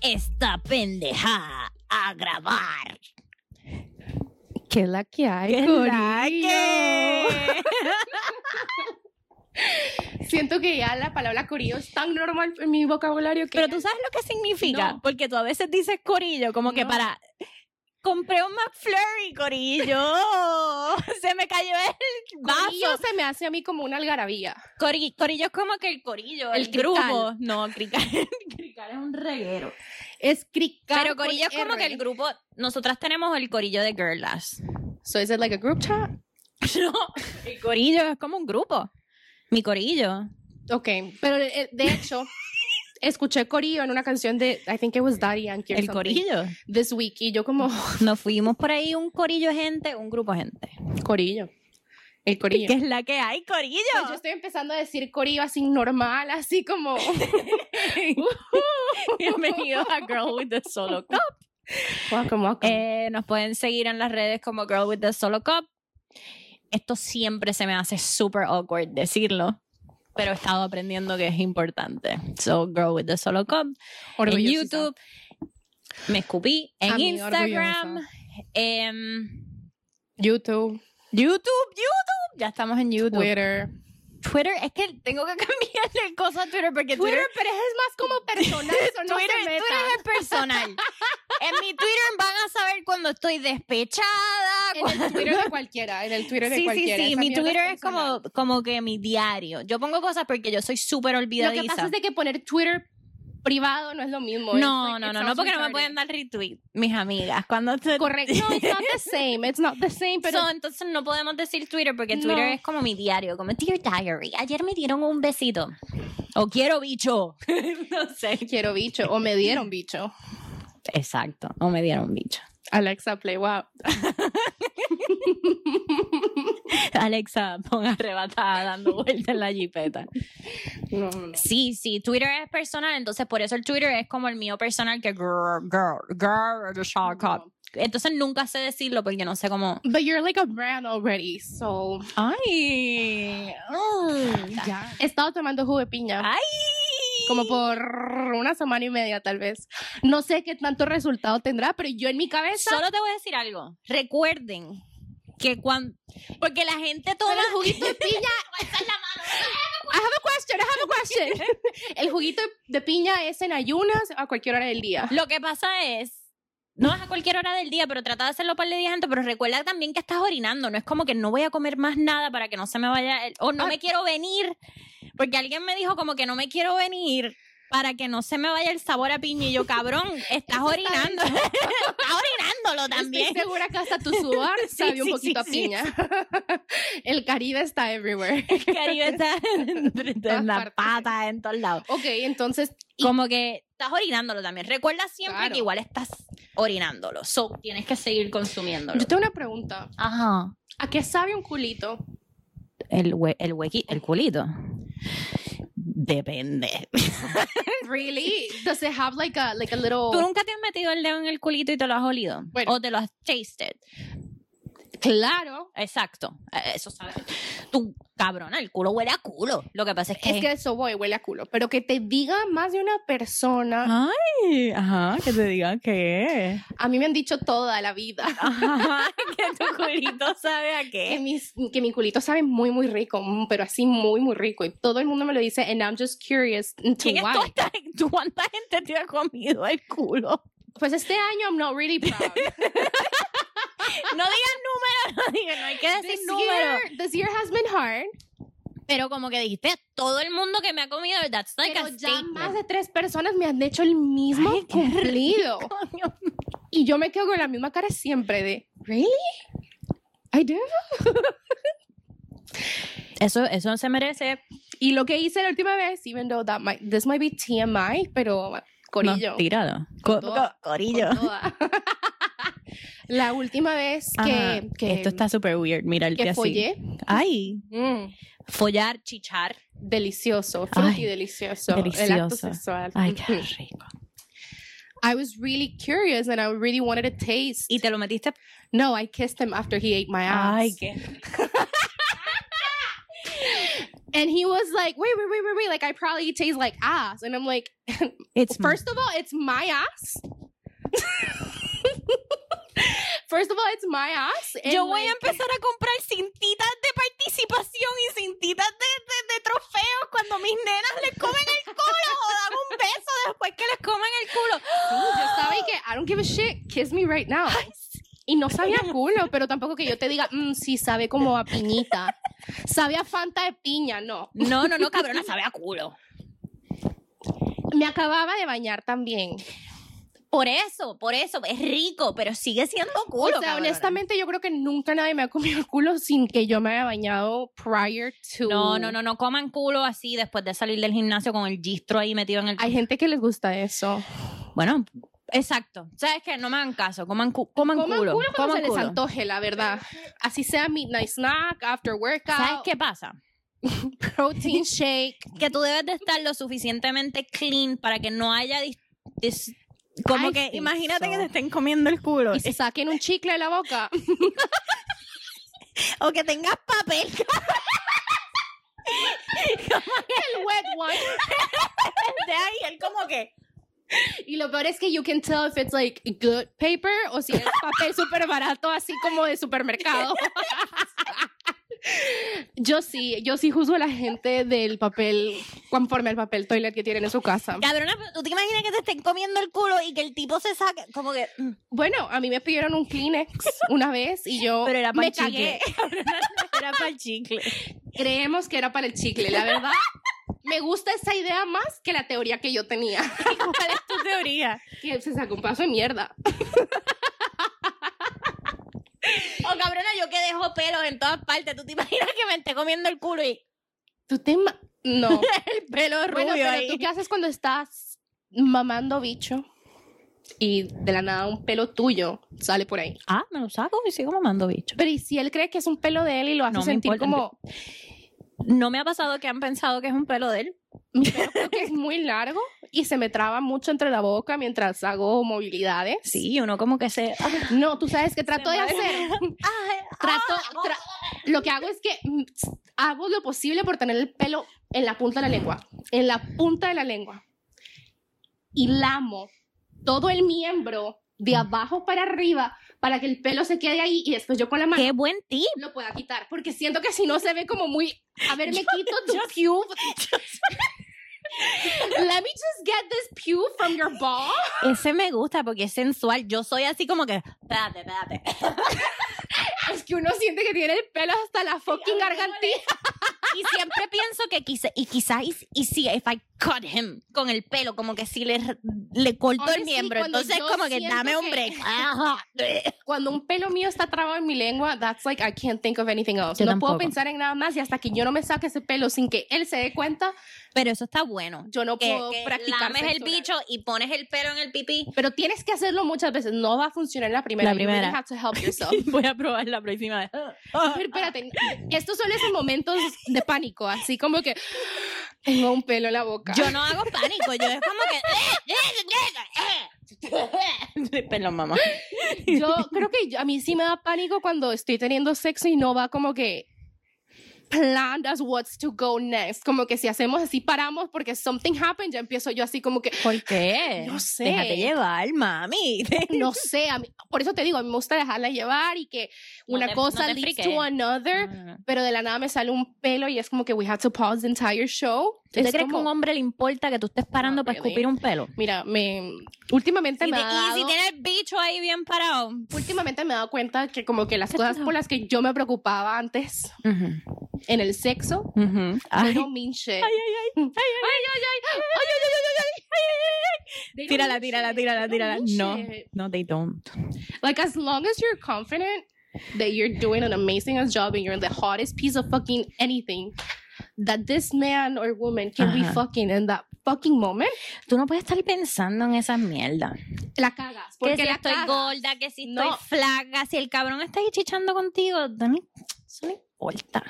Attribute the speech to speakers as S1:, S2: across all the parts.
S1: esta pendejada a grabar.
S2: ¿Qué es la que hay,
S1: ¡Qué
S2: Corillo?
S1: laque!
S3: Siento que ya la palabra corillo es tan normal en mi vocabulario que.
S1: Pero
S3: ya-
S1: tú sabes lo que significa,
S3: No.
S1: porque tú a veces dices corillo, como que
S3: No.
S1: para... Compré un McFlurry, corillo. Se me cayó el vaso.
S3: Corillo se me hace a mí como una algarabía.
S1: Cori- corillo es como que el corillo, el,
S3: El crical.
S1: grupo. No, crical. crical es un reguero.
S3: Es crical.
S1: Pero corillo es
S3: con
S1: como
S3: R.
S1: que el grupo. Nosotras tenemos el corillo de girlas.
S3: So is it like a group chat?
S1: No, el corillo es como un grupo. Mi corillo.
S3: Ok. Pero eh, de hecho, escuché corillo en una canción de. I think it was Daddy Yankee. or
S1: El
S3: something
S1: corillo.
S3: This week. Y yo como.
S1: Nos fuimos por ahí un corillo de gente, un grupo de gente.
S3: Corillo. El corillo.
S1: ¿Qué es la que hay, corillo?
S3: Pues yo estoy empezando a decir corillo así normal, así como.
S1: Bienvenidos a Girl with the Solo Cup.
S3: welcome, welcome.
S1: Eh, nos pueden seguir en las redes como Girl with the Solo Cup. Esto siempre se me hace súper awkward decirlo, pero he estado aprendiendo que es importante. So, Girl with the Solo Cup. En
S3: Orgullosa.
S1: YouTube, me escupí. En
S3: Amiga
S1: Instagram,
S3: orgullosa.
S1: em,
S3: YouTube,
S1: YouTube, YouTube. Ya estamos en YouTube.
S3: Twitter.
S1: Twitter, es que tengo que cambiarle cosas a Twitter porque Twitter,
S3: Twitter, pero es más como personal, eso no
S1: Twitter-
S3: se
S1: Twitter
S3: metan.
S1: es personal. en mi Twitter van a saber cuando estoy despechada.
S3: En el Twitter de cualquiera, en el Twitter de
S1: Sí, sí,
S3: cualquiera.
S1: sí.
S3: esa
S1: Mi
S3: mierda
S1: Twitter es
S3: personal.
S1: como, como que mi diario. Yo pongo cosas porque yo soy súper
S3: Lo
S1: olvidadiza.
S3: que pasa es de que poner Twitter privado no es lo mismo.
S1: no, no, no, no, porque no me pueden dar retweet, mis amigas. Cuando te-
S3: Correcto. No, it's not the same. It's not the same, pero
S1: So, entonces no podemos decir Twitter porque Twitter
S3: No.
S1: es como mi diario, como Dear Diary. Ayer me dieron un besito. O quiero bicho. no sé.
S3: quiero bicho o me dieron bicho.
S1: Exacto. O me dieron bicho.
S3: Alexa, play wow.
S1: Alexa, pon arrebatada dando vueltas en la jipeta.
S3: No, no, no.
S1: Sí, sí, Twitter es personal, entonces por eso el Twitter es como el mío personal que girl, girl, girl, the shock up. Entonces nunca sé decirlo porque no sé cómo.
S3: But you're like a brand already, so.
S1: Ay.
S3: He estado tomando jugo de piña.
S1: Ay.
S3: Como por una semana y media, tal vez. No sé qué tanto resultado tendrá, pero yo en mi cabeza.
S1: Solo te voy a decir algo. Recuerden que cuando porque la gente toma
S3: el juguito de piña. I have a question, I have a question. El juguito de piña es en ayunas a cualquier hora del día.
S1: Lo que pasa es, no es a cualquier hora del día, pero trata de hacerlo para el día antes, pero recuerda también que estás orinando, no es como que no voy a comer más nada para que no se me vaya, el- o no
S3: Ah.
S1: me quiero venir, porque alguien me dijo como que no me quiero venir para que no se me vaya el sabor a piña y yo, cabrón, estás
S3: Eso está
S1: orinando, estás orinándolo también.
S3: Estoy segura que hasta tu sudor
S1: Sí,
S3: sabe un
S1: sí, sí,
S3: poquito a
S1: sí.
S3: piña. El Caribe está everywhere.
S1: Caribe está en,
S3: todas
S1: en las
S3: partes.
S1: patas, en todos lados.
S3: Ok, entonces. y-
S1: Como que estás orinándolo también. Recuerda siempre
S3: Claro.
S1: que igual estás orinándolo. So, tienes que seguir consumiéndolo.
S3: Yo tengo una pregunta.
S1: Ajá.
S3: ¿A qué sabe un culito?
S1: El, hue- el huequi- el culito. Depende. Eh,
S3: Really? Does it have like a, like a
S1: ¿Tú
S3: little.
S1: nunca te has metido el dedo en el culito y te lo has olido?
S3: Bueno.
S1: O te lo has tasted.
S3: Claro.
S1: Exacto. Eh, Eso sabes. Tú, cabrona, el culo huele a culo. Lo que pasa es que.
S3: Es que eso voy, huele a culo. Pero que te diga más de una
S1: Ah.
S3: persona.
S1: Ay, ajá, que te digan qué.
S3: A mí me han dicho toda la vida
S1: Ajá, que tu culito sabe a
S3: que,
S1: qué.
S3: mis, que mi culito sabe muy, muy rico, mm, pero así muy, muy rico. Y todo el mundo me lo dice, and I'm just curious to
S1: ¿Quién es
S3: why.
S1: toda esta gen- ¿Tú cuánta gente te ha comido el culo?
S3: Pues este año I'm not really proud.
S1: No digas número, no digas, no hay que decir
S3: this,
S1: número.
S3: year, this year has been hard,
S1: Pero como que dijiste, todo el mundo que me ha comido, that's like
S3: pero
S1: a
S3: ya
S1: statement.
S3: más de tres personas me han hecho el mismo
S1: Ay, qué
S3: cumplido.
S1: Coño.
S3: Y yo me quedo con la misma cara siempre de, ¿really? I do.
S1: Eso, eso se merece.
S3: Y lo que hice la última vez, even though that might, this might be TMI, pero corillo.
S1: No, tirado.
S3: Con
S1: Co-
S3: toda,
S1: co- corillo.
S3: con toda. la última vez
S1: Ajá.
S3: que, que,
S1: Esto está súper weird. Mira el
S3: que
S1: así.
S3: follé,
S1: Ay.
S3: mm,
S1: Follar, chichar.
S3: delicioso,
S1: Ay,
S3: fruti delicioso, el acto
S1: delicioso.
S3: sexual.
S1: Ay,
S3: Mm.
S1: qué rico.
S3: I was really curious and I really wanted to taste.
S1: Y te lo metiste.
S3: No, I kissed him after he ate my ass.
S1: qué.
S3: And he was like, wait, wait, wait, wait, wait. Like, I probably taste like ass. And I'm like,
S1: It's
S3: first of all, it's my ass. first of all, it's my ass. and,
S1: Yo voy a
S3: like,
S1: empezar a comprar cintitas de participación y cintitas de, de- de trofeos cuando mis nenas les comen el culo o dan un beso después que les comen el culo.
S3: Sí, yo estaba y que, I don't give a shit, kiss me right now. Y no sabía a culo, pero tampoco que yo te diga, mm, sí, sabe como a piñita. Sabe a Fanta de piña, no.
S1: No, no, no, cabrona, sabe a culo.
S3: Me acababa de bañar también.
S1: Por eso, por eso, es rico, pero sigue siendo culo.
S3: o sea,
S1: cabrona.
S3: honestamente, yo creo que nunca nadie me ha comido el culo sin que yo me haya bañado prior to.
S1: No, no, no, no coman culo así después de salir del gimnasio con el gistro ahí metido en el.
S3: Hay gente que les gusta eso.
S1: Bueno, exacto. ¿Sabes qué? No me hagan caso, coman, cu- coman,
S3: Coman culo,
S1: culo.
S3: cuando
S1: coman
S3: se les
S1: culo.
S3: antoje, la verdad. Así sea midnight snack, after workout,
S1: ¿Sabes qué pasa?
S3: protein shake.
S1: que tú debes de estar lo suficientemente clean para que no haya dis- dis- como
S3: I
S1: que
S3: think
S1: imagínate que
S3: so.
S1: te estén comiendo el culo
S3: Y se saquen un chicle de la boca.
S1: o que tengas papel
S3: El wet one.
S1: de ahí él como que
S3: Y lo peor es que you can tell if it's like good paper o si es papel súper barato, así como de supermercado. Yo sí, yo sí juzgo a la gente del papel, conforme al papel toilet que tienen en su casa.
S1: cabrona pero tú te imaginas que te estén comiendo el culo y que el tipo se saque como que mm,
S3: Bueno, a mí me pidieron un Kleenex una vez y yo
S1: pero era para
S3: me
S1: el chicle
S3: cagué.
S1: era para el chicle
S3: Creemos que era para el chicle, la verdad. Me gusta esa idea más que la teoría que yo tenía,
S1: ¿cuál es tu teoría?
S3: que se sacó un paso de mierda.
S1: o cabrona yo que dejo pelos en todas partes tú te imaginas que me esté comiendo el culo y
S3: Tú te... ima- No.
S1: el pelo rubio
S3: Bueno, pero
S1: ahí.
S3: tú qué haces cuando estás mamando bicho y de la nada un pelo tuyo sale por ahí.
S1: ah me lo saco y sigo mamando bicho
S3: Pero y si él cree que es un pelo de él y lo hace
S1: No me
S3: sentir
S1: importa.
S3: como
S1: no me ha pasado que han pensado que es un pelo de él
S3: mi pelo creo que es muy largo y se me traba mucho entre la boca mientras hago movilidades.
S1: sí uno como que se
S3: No, tú sabes que trato
S1: Se
S3: de
S1: mueve.
S3: hacer. Trato, tra- lo que hago es que mm, hago lo posible por tener el pelo en la punta de la lengua, en la punta de la lengua. Y lamo todo el miembro de abajo para arriba para que el pelo se quede ahí y después yo con la mano
S1: ¡Qué buen tip!
S3: lo pueda quitar, porque siento que si no se ve como muy, a ver, me quito tu pube. Let me just get this pube from your ball.
S1: Ese me gusta porque es sensual. Yo soy así como que, espérate, espérate.
S3: Es que uno siente que tiene el pelo hasta la fucking gargantilla.
S1: Y siempre pienso que quizá, y quizás, y, y si, if I cut him con el pelo, como que si le, le corto
S3: Honestly,
S1: el miembro.
S3: cuando
S1: Entonces,
S3: yo
S1: como que
S3: siento
S1: dame
S3: que-
S1: un break. Ajá.
S3: cuando un pelo mío está trabado en mi lengua, that's like I can't think of anything else.
S1: Yo
S3: no
S1: tampoco.
S3: puedo pensar en nada más y hasta que yo no me saque ese pelo sin que él se dé cuenta,
S1: Pero eso está bueno.
S3: yo no
S1: Que,
S3: puedo
S1: que
S3: practicar.
S1: lames el
S3: sexo oral.
S1: bicho y pones el pelo en el pipí.
S3: Pero tienes que hacerlo muchas veces. No va a funcionar la primera.
S1: La
S3: You really
S1: primera.
S3: have to help yourself.
S1: Voy a probar la próxima vez.
S3: Pero espérate, estos son esos momentos de pánico, así como que tengo un pelo en la boca.
S1: Yo no hago pánico, yo es como que. Perdón, mamá.
S3: Yo creo que yo- a mí sí me da pánico cuando estoy teniendo sexo y no va como que planned as what's to go next. Como que si hacemos así, paramos porque something happened, ya empiezo yo así como que,
S1: ¿Por qué?
S3: No sé.
S1: Déjate llevar, mami.
S3: no sé, a mí- por eso te digo, a mí me gusta dejarla llevar y que
S1: No
S3: una
S1: te-
S3: cosa
S1: no te
S3: leads
S1: friques.
S3: to another, pero de la nada me sale un pelo y es como que we had to pause the entire show.
S1: ¿Tú te
S3: Es
S1: crees que a un
S3: como-
S1: hombre le importa que tú estés parando
S3: Not
S1: para
S3: really.
S1: escupir un pelo?
S3: Mira, me, últimamente me ha dado...
S1: tiene el bicho ahí bien parado.
S3: Últimamente me he dado cuenta que como que las cosas por las que yo me preocupaba antes en el sexo I
S1: Ay,
S3: don't mean
S1: ay,
S3: shit.
S1: ay, ay.
S3: They don't
S1: Tírala,
S3: mean
S1: tírala,
S3: shit.
S1: tírala,
S3: They
S1: tírala.
S3: don't mean
S1: No,
S3: shit.
S1: no, they don't.
S3: Like, as long as you're confident that you're doing an amazing ass job and you're the hottest piece of fucking anything, that this man or woman can be
S1: Ajá.
S3: fucking in that fucking moment,
S1: Tú no puedes estar pensando en esas mierdas.
S3: la cagas.
S1: Que
S3: Porque
S1: si
S3: la
S1: estoy
S3: cagas.
S1: gorda, que si
S3: No.
S1: estoy flaca, si el cabrón está ahí chichando contigo, Dani, eso no importa.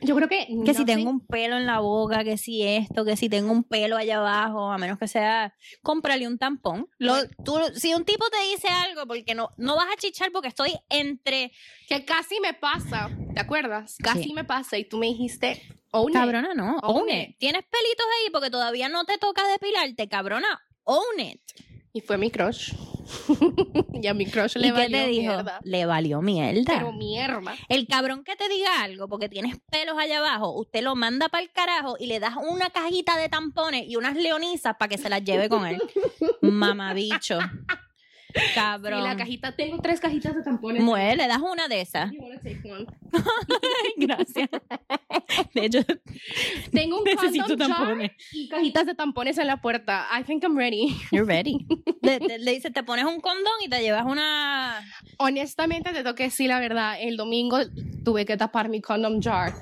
S3: Yo creo que.
S1: Que si tengo un pelo en la boca, que si esto, que si tengo un pelo allá abajo, a menos que sea, cómprale un tampón. Lo- tú- si un tipo te dice algo, porque no, no vas a chichar porque estoy entre...
S3: Que casi me pasa. ¿Te acuerdas? Casi
S1: Sí.
S3: me pasa y tú me dijiste. Own it.
S1: Cabrona, no. Own,
S3: Own
S1: it.
S3: it.
S1: Tienes pelitos ahí porque todavía no te toca depilarte, cabrona. Own it.
S3: Y fue mi crush. y a mi crush le
S1: ¿Y qué
S3: valió
S1: te dijo?
S3: mierda.
S1: Le valió mierda.
S3: Pero mierda.
S1: El cabrón que te diga algo porque tienes pelos allá abajo, usted lo manda para el carajo y le das una cajita de tampones y unas leonisas para que se las lleve con él. Mamabicho. Cabrón.
S3: Y la cajita, tengo tres cajitas de tampones.
S1: Mujer, le das una de esas.
S3: You wanna take one?
S1: Gracias. De hecho,
S3: Tengo un
S1: necesito
S3: condom jar
S1: tampones.
S3: y cajitas de tampones en la puerta. I think I'm ready.
S1: You're ready. Le, te- le dice, te pones un condón y te llevas una...
S3: Honestamente, te tengo que decir la verdad. El domingo tuve que tapar mi condom jar.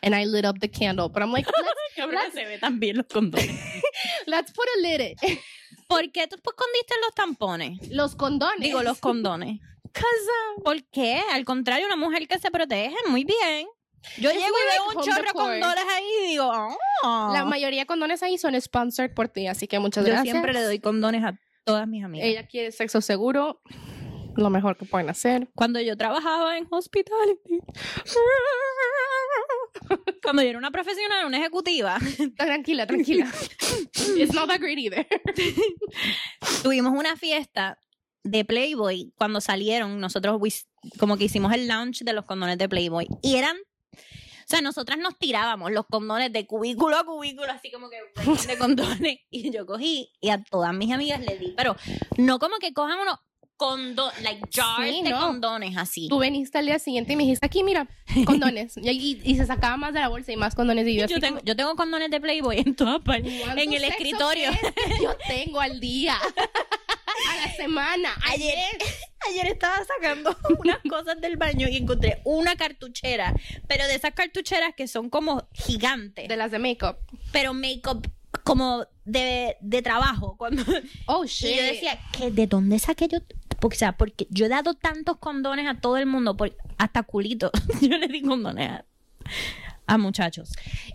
S3: And I lit up the candle. But I'm like, let's,
S1: Cabrón, se ve también los condones.
S3: let's put a lid it.
S1: ¿Por qué tú escondiste los tampones?
S3: Los condones.
S1: Digo, los condones. ¿Por qué? Al contrario, una mujer que se protege, muy bien. Yo
S3: Es
S1: llego
S3: muy
S1: y veo
S3: like
S1: un
S3: home
S1: chorro de
S3: decor.
S1: condones ahí y digo, "Ah".
S3: La mayoría de condones ahí son sponsored por ti, así que muchas
S1: Yo
S3: gracias.
S1: siempre le doy condones a todas mis amigas.
S3: Ella quiere sexo seguro, lo mejor que pueden hacer.
S1: Cuando yo trabajaba en hospitality, cuando yo era una profesional, una ejecutiva,
S3: Tranquila, tranquila. It's not that great either.
S1: tuvimos una fiesta de Playboy cuando salieron nosotros we- como que hicimos el launch de los condones de Playboy y eran o sea nosotras nos tirábamos los condones de cubículo a cubículo así como que de condones y yo cogí y a todas mis amigas le di pero no como que cojan unos condones like jars
S3: Sí,
S1: de
S3: no.
S1: condones así
S3: Tú veniste al día siguiente y me dijiste, aquí, mira, condones. Y, y- y se sacaba más de la bolsa y más condones. Y yo,
S1: yo
S3: así
S1: tengo
S3: como,
S1: yo tengo condones de Playboy en todas partes
S3: "¿Cuánto
S1: en el
S3: sexo
S1: escritorio
S3: crees que Yo tengo al día, a la semana,
S1: Ayer,
S3: ayer.
S1: ayer estaba sacando unas cosas del baño y encontré una cartuchera, pero de esas cartucheras que son como gigantes,
S3: De las de makeup.
S1: pero make-up como de, de trabajo. Cuando,
S3: Oh,
S1: y
S3: shit.
S1: yo decía, ¿qué- ¿de dónde saqué yo? O sea, porque yo he dado tantos condones a todo el mundo, por- hasta culito. Yo le di condones a, a muchachos.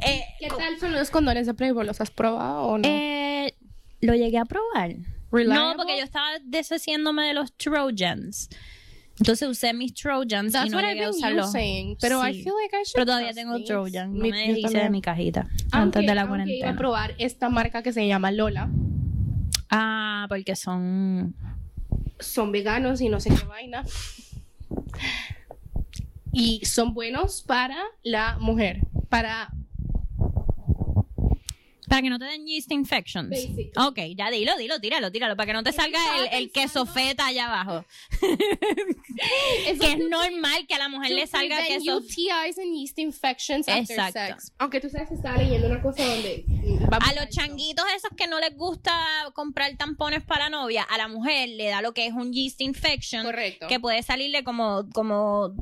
S1: Eh,
S3: ¿Qué
S1: co-
S3: tal son los condones de Playboy? ¿Los has probado o no?
S1: eh, lo llegué a probar.
S3: Reliable?
S1: No, porque yo estaba deshaciéndome de los Trojans. Entonces usé mis Trojans
S3: That's
S1: y no
S3: what I've
S1: llegué a
S3: been
S1: usarlos.
S3: using, pero I
S1: Sí.
S3: feel like I should
S1: Pero todavía
S3: trust
S1: tengo
S3: these.
S1: Trojan. No
S3: Mi-
S1: me
S3: yo
S1: deshice de
S3: también.
S1: mi cajita
S3: Aunque-
S1: antes de la
S3: aunque Iba a
S1: cuarentena.
S3: probar esta marca que se llama Lola.
S1: Ah, porque son.
S3: Son veganos y no sé qué vaina. Y son buenos para la mujer. Para.
S1: Para que no te den yeast infections.
S3: Basically.
S1: Ok, ya dilo, dilo, tíralo, tíralo. Para que no te salga
S3: estaba
S1: el, el queso
S3: pensando-
S1: feta allá abajo.
S3: Es
S1: Que es normal que a la mujer le salga queso.
S3: UTIs and yeast infections after
S1: Exacto.
S3: sex. Aunque tú sabes que estaba leyendo una cosa donde. mm,
S1: A los changuitos esos que no les gusta comprar tampones para novia, a la mujer le da lo que es un yeast infection.
S3: Correcto.
S1: Que puede salirle como, como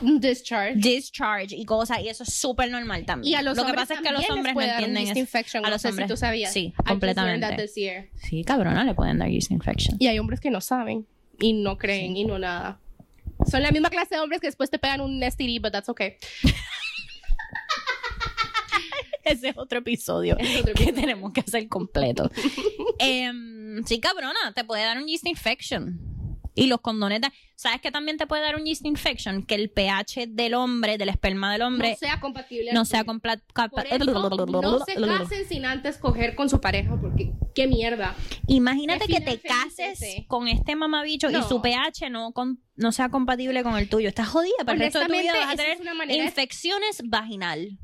S3: Un discharge.
S1: discharge y cosas, y eso es súper normal también.
S3: Y a los
S1: lo que
S3: hombres
S1: pasa es que los
S3: también les
S1: hombres no
S3: puede dar un
S1: entienden
S3: yeast
S1: eso.
S3: infection,
S1: A
S3: no
S1: los
S3: sé si
S1: hombres.
S3: tú sabías. I
S1: Sí,
S3: just learned that
S1: completamente.
S3: this year.
S1: Sí, cabrona, le pueden dar yeast infection.
S3: Y hay hombres que no saben y no creen y no nada. Son la misma clase de hombres que después te pegan un STD, but that's okay.
S1: Ese es otro episodio
S3: Es otro
S1: que
S3: episodio.
S1: tenemos que hacer completo. Em, sí, cabrona, te puede dar un yeast infection. Y los condones, da- ¿sabes que también te puede dar un yeast infection? Que el pH del hombre, del esperma del
S3: No
S1: hombre,
S3: sea compatible.
S1: no
S3: al
S1: sea
S3: tuyo.
S1: compla-
S3: Por
S1: capa-
S3: eso, no se casen sin antes coger con su pareja, porque qué mierda.
S1: Imagínate que
S3: Defina
S1: te
S3: feliz
S1: cases
S3: ese.
S1: con este mamabicho y
S3: No.
S1: su pH no, con- no sea compatible con el tuyo. Estás jodida. Para el resto de tu vida
S3: Honestamente,
S1: vas a
S3: esa
S1: tener
S3: es una manera-
S1: infecciones vaginal.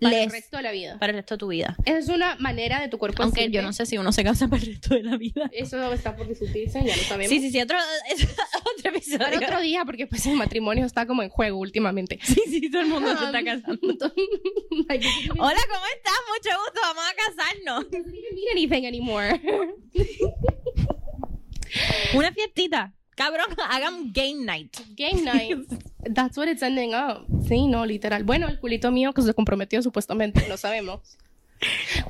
S3: Para
S1: Les-
S3: el resto de la vida.
S1: para el resto de tu vida.
S3: Es una manera de tu cuerpo
S1: Aunque
S3: decirte,
S1: yo no sé si uno se casa para el resto de la vida.
S3: Eso está por discutirse, ya lo sabemos.
S1: Sí, sí, sí, otro, es otro episodio.
S3: Pero otro día, porque pues el matrimonio está como en juego últimamente.
S1: Sí, sí, todo el mundo se está
S3: Um,
S1: casando.
S3: I didn't even-
S1: Hola, ¿cómo estás? Mucho gusto, vamos a casarnos.
S3: doesn't even mean anything anymore.
S1: Una fiestita. Cabrón, hagan game night.
S3: Game night. That's what it's ending up. Sí, no, literal. Bueno, el culito mío que se comprometió supuestamente, no sabemos.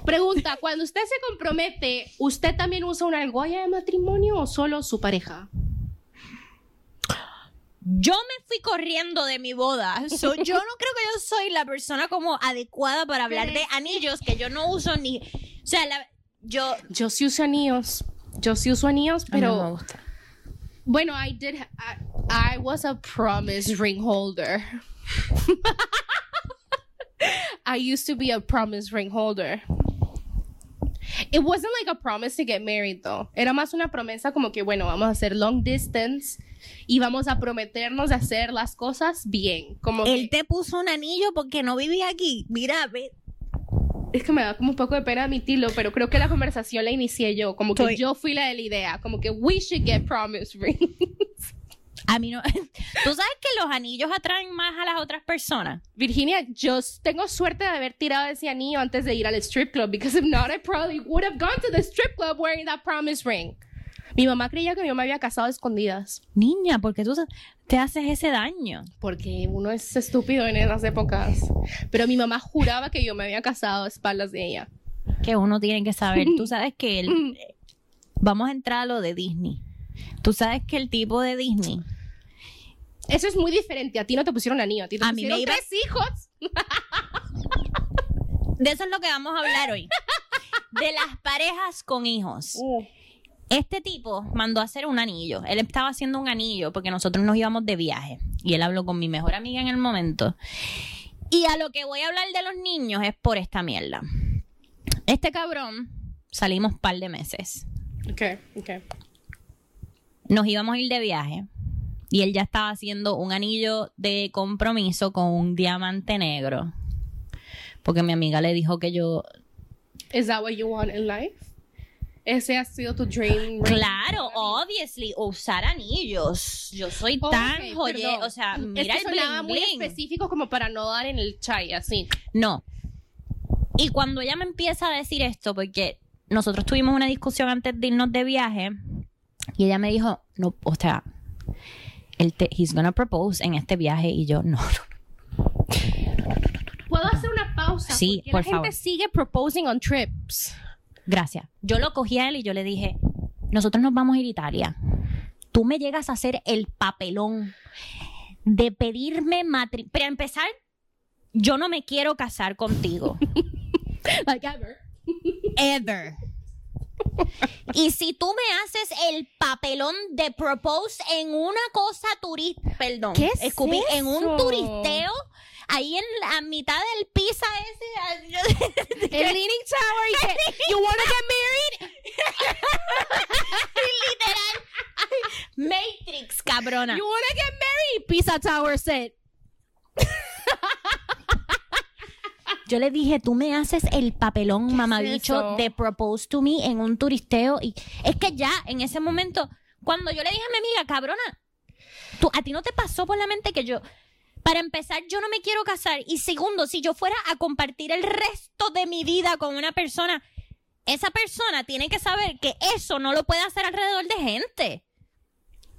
S3: Pregunta, cuando usted se compromete, ¿usted también usa una argolla de matrimonio o solo su pareja?
S1: Yo me fui corriendo de mi boda. So, yo no creo que yo soy la persona como adecuada para hablar de anillos que yo no uso ni. O sea, la- yo.
S3: Yo sí uso anillos. Yo sí uso anillos, pero
S1: gusta.
S3: bueno, I did I, I was a promise ring holder. I used to be a promise ring holder. It wasn't like a promise to get married though. Era más una promesa como que bueno, vamos a hacer long distance y vamos a prometernos de hacer las cosas bien. Como que-
S4: Él te puso un anillo porque no vivía aquí. Mira, ve,
S3: es que me da como un poco de pena admitirlo, pero creo que la conversación la inicié yo, como que
S4: Estoy-
S3: yo fui la de la idea, como que we should get promise ring.
S1: A mí no. Tú sabes que los anillos atraen más a las otras personas.
S3: Virginia, yo s- tengo suerte de haber tirado ese anillo antes de ir al strip club, because if not, I probably would have gone to the strip club wearing that promise ring. Mi mamá creía que yo me había casado a escondidas,
S1: Niña, porque tú te haces ese daño.
S3: porque uno es estúpido en esas épocas. Pero mi mamá juraba que yo me había casado a espaldas de ella.
S1: Que uno tiene que saber. Tú sabes que el- Vamos a entrar a lo de Disney. Tú sabes que el tipo de Disney.
S3: Eso es muy diferente. A ti no te pusieron anillo, a ti te
S1: A mí
S3: pusieron
S1: me iba-
S3: tres hijos.
S1: De eso es lo que vamos a hablar hoy. De las parejas con hijos.
S3: Mm.
S1: Este tipo mandó a hacer un anillo. Él estaba haciendo un anillo porque nosotros nos íbamos de viaje. Y él habló con mi mejor amiga en el momento. Y a lo que voy a hablar de los niños es por esta mierda. Este cabrón, salimos par de meses.
S3: Ok, ok.
S1: Nos íbamos a ir de viaje. Y él ya estaba haciendo un anillo de compromiso con un diamante negro. Porque mi amiga le dijo que yo
S3: Is that what you want in life? Ese ha sido tu dream ring.
S1: Claro, obviously, o usar anillos. Yo soy
S3: Oh, Ok,
S1: tan joye,
S3: perdón.
S1: o sea, mira
S3: es que
S1: el
S3: sonaba
S1: bling
S3: muy
S1: bling.
S3: específico como para no dar en el chai, así.
S1: No. Y cuando ella me empieza a decir esto, porque nosotros tuvimos una discusión antes de irnos de viaje, y ella me dijo, no, o sea, él te, he's gonna propose en este viaje, y yo, no, no.
S3: ¿Puedo hacer una pausa?
S1: Sí,
S3: Porque
S1: por
S3: la gente
S1: favor.
S3: sigue proposing on trips.
S1: gracias. Yo lo cogí a él y yo le dije, nosotros nos vamos a ir a Italia. Tú me llegas a hacer el papelón de pedirme matrimonio. Para empezar, yo no me quiero casar contigo.
S3: Like ever.
S1: Ever. Y si tú me haces el papelón de propose en una cosa turista, perdón,
S3: ¿Qué es
S1: escupí, en
S3: eso?
S1: un turisteo, ahí en la mitad del pizza ese,
S3: El Leaning Tower. Y que, you wanna get married?
S1: Matrix, cabrona.
S3: You wanna get married? Pizza Tower said.
S1: Yo le dije, tú me haces el papelón mamabicho
S3: eso?
S1: de propose to me en un turisteo. Y es que ya en ese momento, cuando yo le dije a mi amiga, cabrona, tú, a ti no te pasó por la mente que yo, para empezar, yo no me quiero casar. Y segundo, si yo fuera a compartir el resto de mi vida con una persona, esa persona tiene que saber que eso no lo puede hacer alrededor de gente.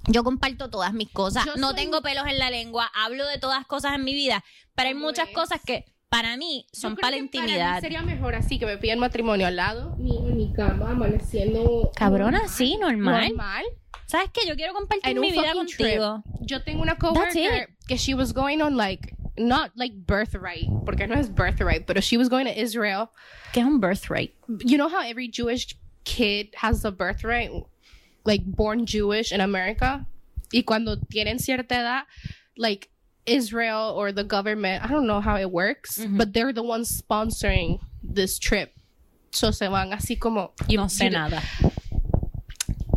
S1: Yo comparto todas mis cosas,
S3: Yo
S1: no
S3: soy-
S1: tengo pelos en la lengua, hablo de todas cosas en mi vida, pero hay
S3: Lo
S1: muchas
S3: es.
S1: cosas que para mí son
S3: Yo creo
S1: para la
S3: que mí
S1: intimidad.
S3: sería mejor así que me piden matrimonio al lado, mi, mi cama amaneciendo.
S1: Cabrona, sí, normal.
S3: Normal.
S1: ¿Sabes qué? Yo quiero compartir
S3: En
S1: mi
S3: un
S1: vida
S3: fucking trip.
S1: contigo.
S3: Yo tengo una
S1: That's it.
S3: coworker que she was going on like not like birthright porque no es birthright, pero she was going to Israel.
S1: Que es un birthright.
S3: You know how every Jewish kid has a birthright, like born Jewish in America, y cuando tienen cierta edad, like Israel or the government, I don't know how it works,
S1: Mm-hmm.
S3: but they're the ones sponsoring this trip. So se van así como
S1: no sé
S3: you-
S1: nada.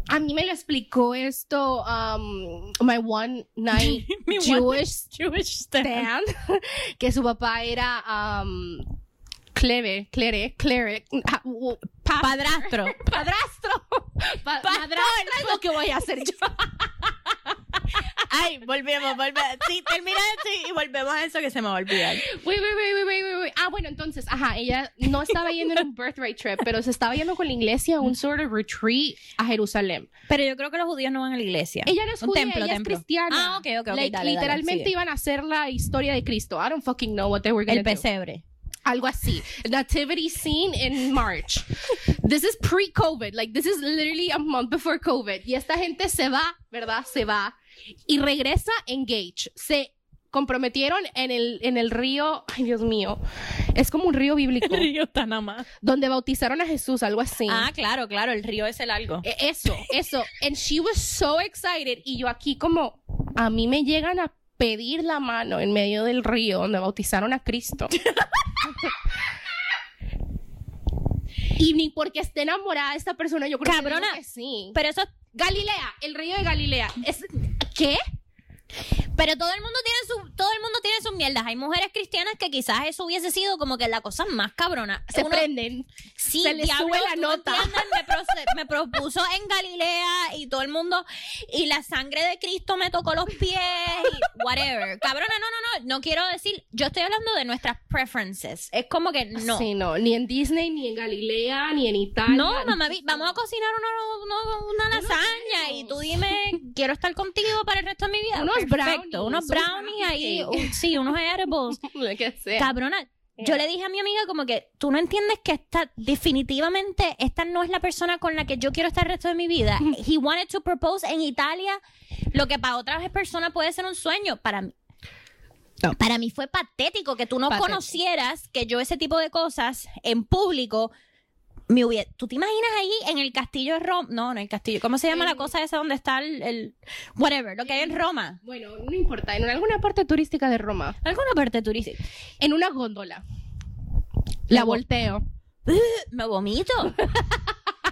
S3: A mí me lo explicó esto um, my one night
S1: Mi one-
S3: Jewish
S1: Jewish
S3: Dan, que su papá era um, cleve, clere, clere, ah, u- pa-
S1: Padrastro.
S3: padrastro. Pa- madrastra es lo que voy a hacer yo.
S4: Ay, volvemos, volvemos. Sí, termina esto y volvemos a eso que se me va a olvidar.
S3: Wait, wait, wait, wait, wait, wait, wait. Ah, bueno, entonces, ajá, ella no estaba yendo en un birthright trip, pero se estaba yendo con la iglesia a un sort of retreat a Jerusalén.
S1: Pero yo creo que los judíos no van a la iglesia.
S3: Ella no es
S1: Un
S3: judía,
S1: templo,
S3: ella
S1: templo.
S3: es cristiana.
S1: Ah, ok, ok, ok.
S3: Like,
S1: dale, dale,
S3: literalmente
S1: sigue.
S3: iban a hacer la historia de Cristo. I don't fucking know what they were gonna
S1: El
S3: do.
S1: pesebre.
S3: algo así. Nativity scene in March. This is pre-COVID. Like, this is literally a month before COVID. Y esta gente se va, ¿verdad? Se va. Y regresa engage. Se comprometieron en el, en el río, ay Dios mío, es como un río bíblico,
S1: río Tanamá.
S3: donde bautizaron a Jesús, algo así.
S1: Ah, claro, claro, el río es el algo.
S3: E- Eso, eso. And she was so excited. Y yo aquí como, a mí me llegan a pedir la mano en medio del río donde bautizaron a Cristo. y ni porque esté enamorada de esta persona, yo creo que
S1: Cabrona.
S3: digo que sí.
S1: Pero eso,
S3: Galilea, el río de Galilea. Es, ¿Qué?
S1: pero todo el mundo tiene su, todo el mundo tiene sus mierdas. Hay mujeres cristianas que quizás eso hubiese sido como que la cosa más cabrona.
S3: Se
S1: Uno-
S3: prenden.
S1: Sí,
S3: Se les
S1: diablo,
S3: sube la
S1: ¿tú no
S3: nota.
S1: entiendes? Me, proce- me propuso en Galilea y todo el mundo, y la sangre de Cristo me tocó los pies y whatever. Cabrona, no, no, no, no quiero decir, yo estoy hablando de nuestras preferences. Es como que no.
S3: Sí, no. Ni en Disney, ni en Galilea, ni en Italia.
S1: No, mamá, vi- vamos a cocinar una, una- una lasaña y tú dime, quiero estar contigo para el resto de mi vida.
S3: Unos brownies,
S1: Perfecto, unos
S3: un
S1: brownies ahí,
S3: brownie.
S1: un- sí, unos edibles.
S3: Lo que sea.
S1: Cabrona, yo le dije a mi amiga como que tú no entiendes que esta definitivamente esta no es la persona con la que yo quiero estar el resto de mi vida. He wanted to propose en Italia, lo que para otras personas puede ser un sueño, para mí. Para mí fue patético que tú no
S3: Patético.
S1: conocieras que yo ese tipo de cosas en público me hubiera... ¿Tú te imaginas ahí en el castillo de Roma? No, no, el castillo. ¿Cómo se llama la
S3: El-
S1: cosa esa donde está el, el- Whatever, lo que hay en Roma.
S3: Bueno, no importa. En alguna parte turística de Roma,
S1: Alguna parte turística.
S3: en una góndola, la volteo.
S1: me vomito.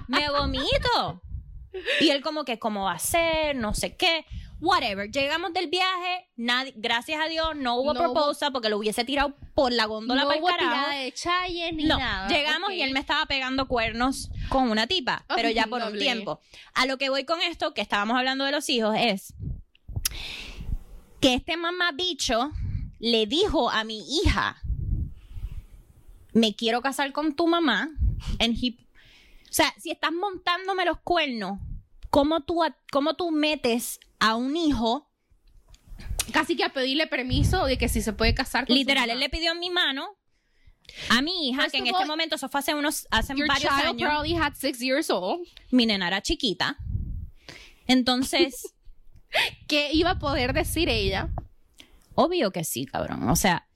S1: me vomito. Y él como que, ¿cómo va a ser? No sé qué. Whatever. Llegamos del viaje. Nadie, gracias a Dios no hubo
S3: No
S1: proposal porque lo hubiese tirado por la góndola
S3: no
S1: para
S3: hubo tirada de chaye ni
S1: no,
S3: nada.
S1: llegamos
S3: Ok.
S1: y él me estaba pegando cuernos con una tipa, pero ya por un
S3: Doble.
S1: tiempo. A lo que voy con esto, que estábamos hablando de los hijos, es que este mamá bicho le dijo a mi hija, me quiero casar con tu mamá. And he- o sea, si estás montándome los cuernos, ¿cómo tú, a- cómo tú metes a un hijo?
S3: Casi que a pedirle permiso de que si se puede casar con su
S1: Literal,
S3: mamá.
S1: él le pidió mi mano a mi hija,
S3: First
S1: que en
S3: of
S1: este
S3: all,
S1: momento, eso fue hace unos, hace
S3: Your
S1: varios
S3: child
S1: años.
S3: probably had six years old.
S1: mi nena era chiquita. Entonces,
S3: ¿Qué iba a poder decir ella?
S1: obvio que sí, cabrón. O sea,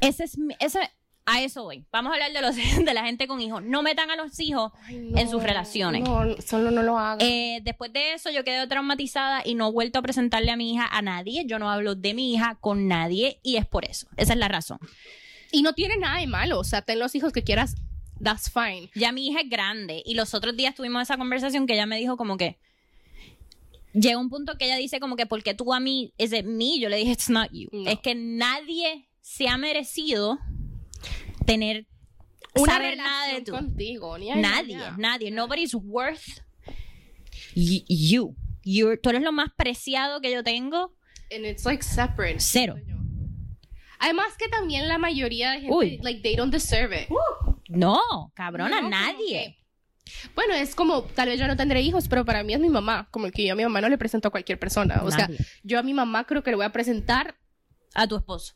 S1: ese es, mi- ese, a eso voy. Vamos a hablar de, los, de la gente con hijos. No metan a los hijos. En sus relaciones.
S3: No, solo no lo hagan.
S1: Eh, después de eso, yo quedé traumatizada y no he vuelto a presentarle a mi hija a nadie. Yo no hablo de mi hija con nadie y es por eso. Esa es la razón.
S3: y no tiene nada de malo. O sea, ten los hijos que quieras. That's fine.
S1: Ya mi hija es grande y los otros días tuvimos esa conversación que ella me dijo como que llega un punto que ella dice como que porque tú a mí es de mí, yo le dije it's not you.
S3: No.
S1: Es que nadie se ha merecido tener
S3: Una
S1: saber
S3: relación
S1: nada de tú.
S3: contigo. ni-
S1: nadie,
S3: ni-
S1: nadie, nobody's worth y- you. You're- tú eres lo más preciado que yo tengo.
S3: And it's like separate.
S1: Cero.
S3: Además que también la mayoría de gente,
S1: Uy.
S3: like, they don't deserve it.
S1: No, cabrona,
S3: No, como
S1: nadie.
S3: que- Bueno, es como, tal vez yo no tendré hijos, pero para mí es mi mamá. Como que yo a mi mamá no le presento a cualquier persona. O sea,
S1: Nadie.
S3: yo a mi mamá creo que le voy a presentar
S1: A tu esposo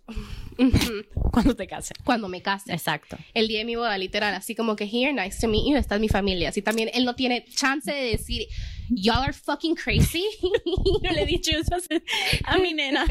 S3: ujú,
S1: cuando te cases.
S3: cuando me case.
S1: Exacto.
S3: El día de mi boda, literal. Así como que, here, nice to meet you, esta es mi familia. Así también él no tiene chance de decir, y'all are fucking crazy.
S1: Yo le he dicho eso hace- a mi nena.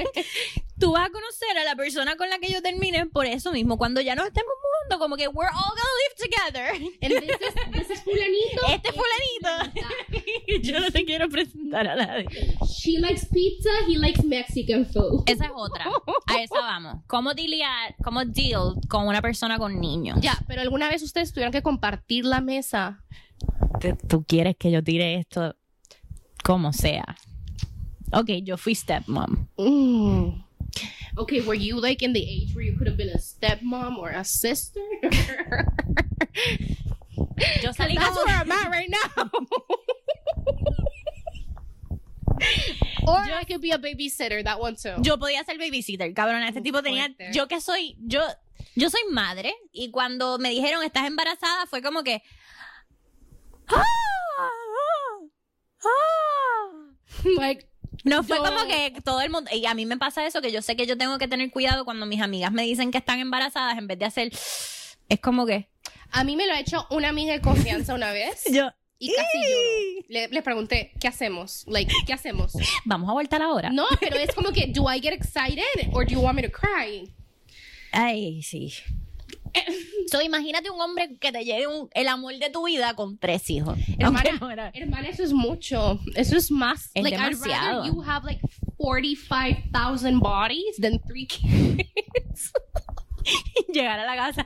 S1: Tú vas a conocer a la persona con la que yo termine por eso mismo. Cuando ya nos estemos mudando, como que we're all gonna live together.
S3: And this is, this is fulanito.
S1: Este fulanito. yo no te quiero presentar a nadie.
S3: She likes pizza, he likes Mexican food.
S1: Esa es otra. A esa vamos. ¿Cómo deal, cómo deal con una persona con niños?
S3: Ya, pero alguna vez ustedes tuvieron que compartir la mesa.
S1: te- tú quieres que yo tire esto como sea. Ok, yo fui stepmom.
S3: Mm. Okay, were you like in the age where you could have been a stepmom or a sister?
S1: Yo salí
S3: That's
S1: como,
S3: where I'm at right now. or I could be a babysitter, that one too.
S1: yo podía ser babysitter, cabrón. Este
S3: Uf,
S1: tipo tenía,
S3: fuerte.
S1: yo que soy, yo, yo soy madre y cuando me dijeron estás embarazada fue como que, "Ah, ah, ah".
S3: like,
S1: No fue
S3: Yo-
S1: como que todo el mundo. Y a mí me pasa eso, que yo sé que yo tengo que tener cuidado cuando mis amigas me dicen que están embarazadas, en vez de hacer. Es como que.
S3: a mí me lo ha hecho una amiga de confianza una vez
S1: Yo.
S3: y casi lloro. Le, le pregunté, ¿qué hacemos? Like, ¿qué hacemos?
S1: Vamos a voltar ahora.
S3: No, pero es como que, do I get excited or do you want me to cry?
S1: Ay, sí. So, imagínate un hombre que te llegue un- el amor de tu vida con tres hijos. Aunque
S3: Hermana,
S1: no era-
S3: hermana, eso es mucho. Eso es más.
S1: Es
S3: like, I'd rather
S1: demasiado.
S3: you have like 45,000 bodies than three kids.
S1: Llegar a la casa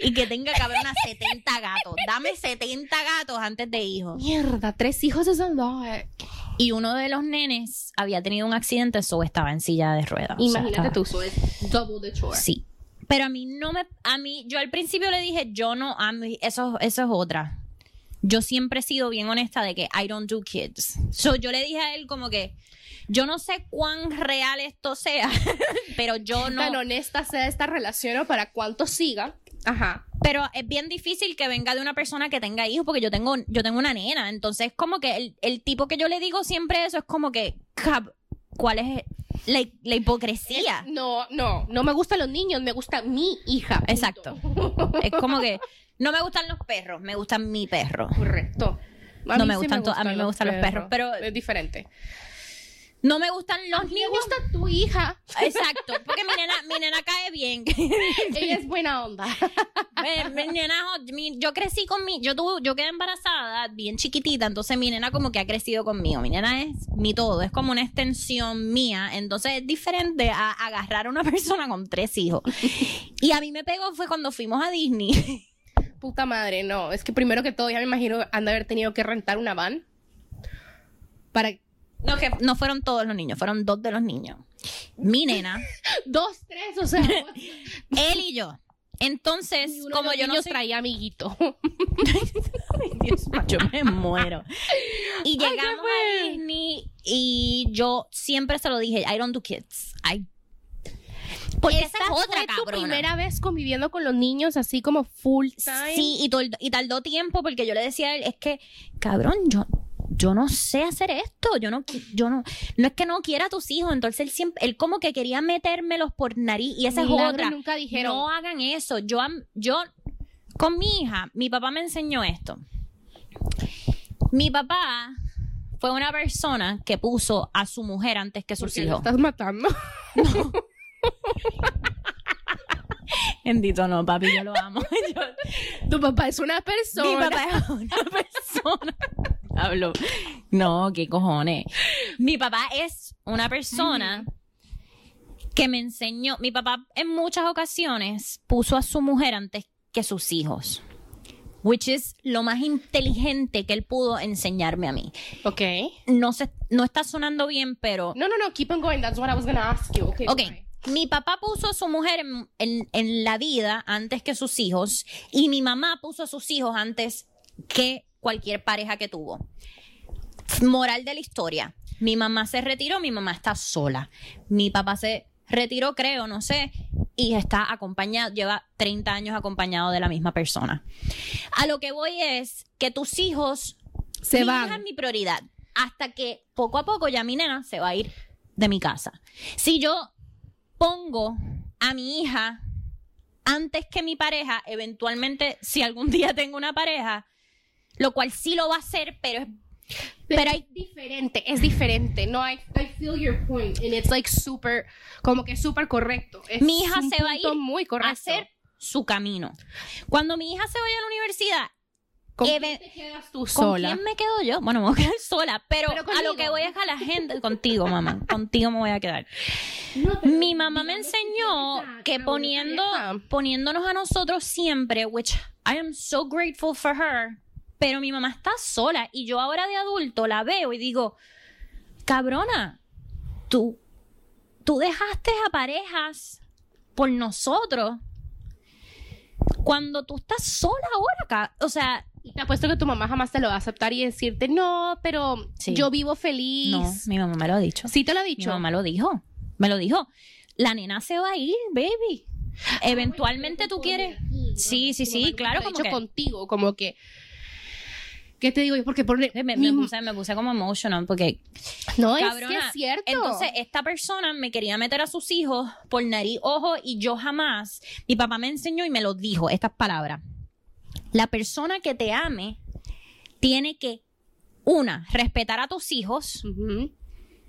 S1: y que tenga cabrona 70 gatos. Dame 70 gatos antes de hijos.
S3: Mierda, tres hijos es a lot.
S1: Y uno de los nenes había tenido un accidente, so estaba en silla de ruedas. O sea,
S3: Imagínate
S1: estaba-
S3: tú, so es double the chore.
S1: Sí. Pero a mí no me. A mí, yo al principio le dije, yo no. A mí, eso, eso es otra. Yo siempre he sido bien honesta de que I don't do kids. So yo le dije a él, como que. Yo no sé cuán real esto sea, pero yo no.
S3: Tan honesta sea esta relación o para cuánto siga. Ajá.
S1: Pero es bien difícil que venga de una persona que tenga hijos, porque yo tengo, yo tengo una nena. Entonces, como que el, el tipo que yo le digo siempre eso es como que, cab- ¿cuál es la, la hipocresía?
S3: No, no, no me gustan los niños, me gusta mi hija. punto.
S1: Exacto. Es como que no me gustan los perros, me gustan mi perro.
S3: Correcto. A
S1: No
S3: mí
S1: me
S3: sí
S1: gustan to- a mí me gustan los perros, pero-
S3: es diferente.
S1: No me gustan los
S3: A mí me
S1: niños.
S3: gusta tu hija.
S1: Exacto, porque mi nena, mi nena cae bien.
S3: Ella es buena onda.
S1: Eh, mi nena, mi- yo crecí con mi, yo tuve, yo quedé embarazada bien chiquitita, entonces mi nena como que ha crecido conmigo. Mi nena es mi todo, es como una extensión mía, entonces es diferente a agarrar a una persona con tres hijos. Y a mí me pegó fue cuando fuimos a Disney.
S3: Puta madre, no. Es que primero que todo, ya me imagino han de haber tenido que rentar una van. Para
S1: No, que no fueron todos los niños, fueron dos de los niños. Mi nena,
S3: dos, tres, o sea,
S1: él y yo. Entonces,
S3: ni uno de
S1: como
S3: los
S1: yo no
S3: niños
S1: soy
S3: traía amiguito.
S1: Dios mío, yo me muero. Y
S3: Ay,
S1: llegamos
S3: qué
S1: a
S3: feo.
S1: Disney y yo siempre se lo dije, I don't do kids. I... Porque esa, es otra
S3: fue tu
S1: cabrona.
S3: primera vez conviviendo con los niños así como full time.
S1: Sí, y, tol- y tardó tiempo porque yo le decía a él, es que, cabrón, yo, yo no sé hacer esto, yo no, qui- yo no, no es que no quiera a tus hijos, entonces él siempre, él como que quería metérmelos por nariz y esa es
S3: Milagro
S1: otra.
S3: Nunca dijeron.
S1: No hagan eso. Yo, am- yo, con mi hija, mi papá me enseñó esto. Mi papá fue una persona que puso a su mujer antes que sus
S3: porque lo
S1: hijos.
S3: estás matando.
S1: Bendito no, papi, yo lo amo. Yo-
S3: Tu papá es una persona.
S1: mi papá es una persona. Hablo. No, qué cojones. Mi papá es una persona que me enseñó. Mi papá en muchas ocasiones puso a su mujer antes que sus hijos. Which is lo más inteligente que él pudo enseñarme a mí.
S3: Ok.
S1: No, se, no está sonando bien, pero.
S3: No, no, no, keep on going. That's what I was gonna ask you. Okay.
S1: Ok.
S3: fine.
S1: Mi papá puso a su mujer en, en- en la vida antes que sus hijos y mi mamá puso a sus hijos antes que cualquier pareja que tuvo. Moral de la historia. Mi mamá se retiró, mi mamá está sola. Mi papá se retiró, creo, no sé, y está acompañado, lleva 30 años acompañado de la misma persona. A lo que voy es que tus hijos
S2: Se
S1: mi
S2: van.
S1: hija es mi prioridad. Hasta que poco a poco ya mi nena se va a ir de mi casa. Si yo pongo a mi hija antes que mi pareja, eventualmente, si algún día tengo una pareja, lo cual sí lo va a hacer, pero es Pero hay-
S3: es diferente, es diferente. No, I, I feel your point and it's like super, como que súper correcto. Es
S1: Mi hija
S3: un
S1: se va a
S3: punto
S1: ir
S3: muy correcto.
S1: hacer su camino. Cuando mi hija se vaya a la universidad,
S3: ¿Con
S1: Eh,
S3: quién
S1: ve-
S3: te quedas tú
S1: ¿Con
S3: sola?
S1: quién me quedo yo? Bueno, me voy a quedar sola, pero,
S3: Pero
S1: a lo
S3: conmigo.
S1: que voy es a la gente, contigo, mamá, contigo me voy a quedar.
S3: No, pero
S1: Mi mamá me
S3: digamos que
S1: enseñó
S3: tienes a- a
S1: que
S3: una
S1: poniendo,
S3: pareja.
S1: poniéndonos a nosotros siempre, which I am so grateful for her, pero mi mamá está sola y yo ahora de adulto la veo y digo, cabrona, tú, tú dejaste a parejas por nosotros cuando tú estás sola ahora, ca- o sea,
S3: Y te apuesto que tu mamá jamás te lo va a aceptar y decirte, no, pero
S1: Sí.
S3: yo vivo feliz.
S1: no, mi mamá me lo ha dicho.
S3: Sí te lo ha
S1: Mi
S3: dicho.
S1: mamá lo dijo, me lo dijo. La nena se va a ir, baby. Eventualmente tú quieres... Sí, sí,
S3: Tu
S1: sí,
S3: mamá nunca
S1: claro,
S3: te lo ha
S1: como
S3: dicho
S1: que-
S3: contigo, como que... ¿Qué te digo? Porque por...
S1: Me, me
S3: mi-
S1: puse, me puse como emotional porque,
S3: No, es que
S1: cabrona,
S3: es cierto.
S1: entonces esta persona me quería meter a sus hijos por nariz, ojo y yo jamás, mi papá me enseñó y me lo dijo, estas palabras. La persona que te ame tiene que, una, respetar a tus hijos,
S3: Ujú.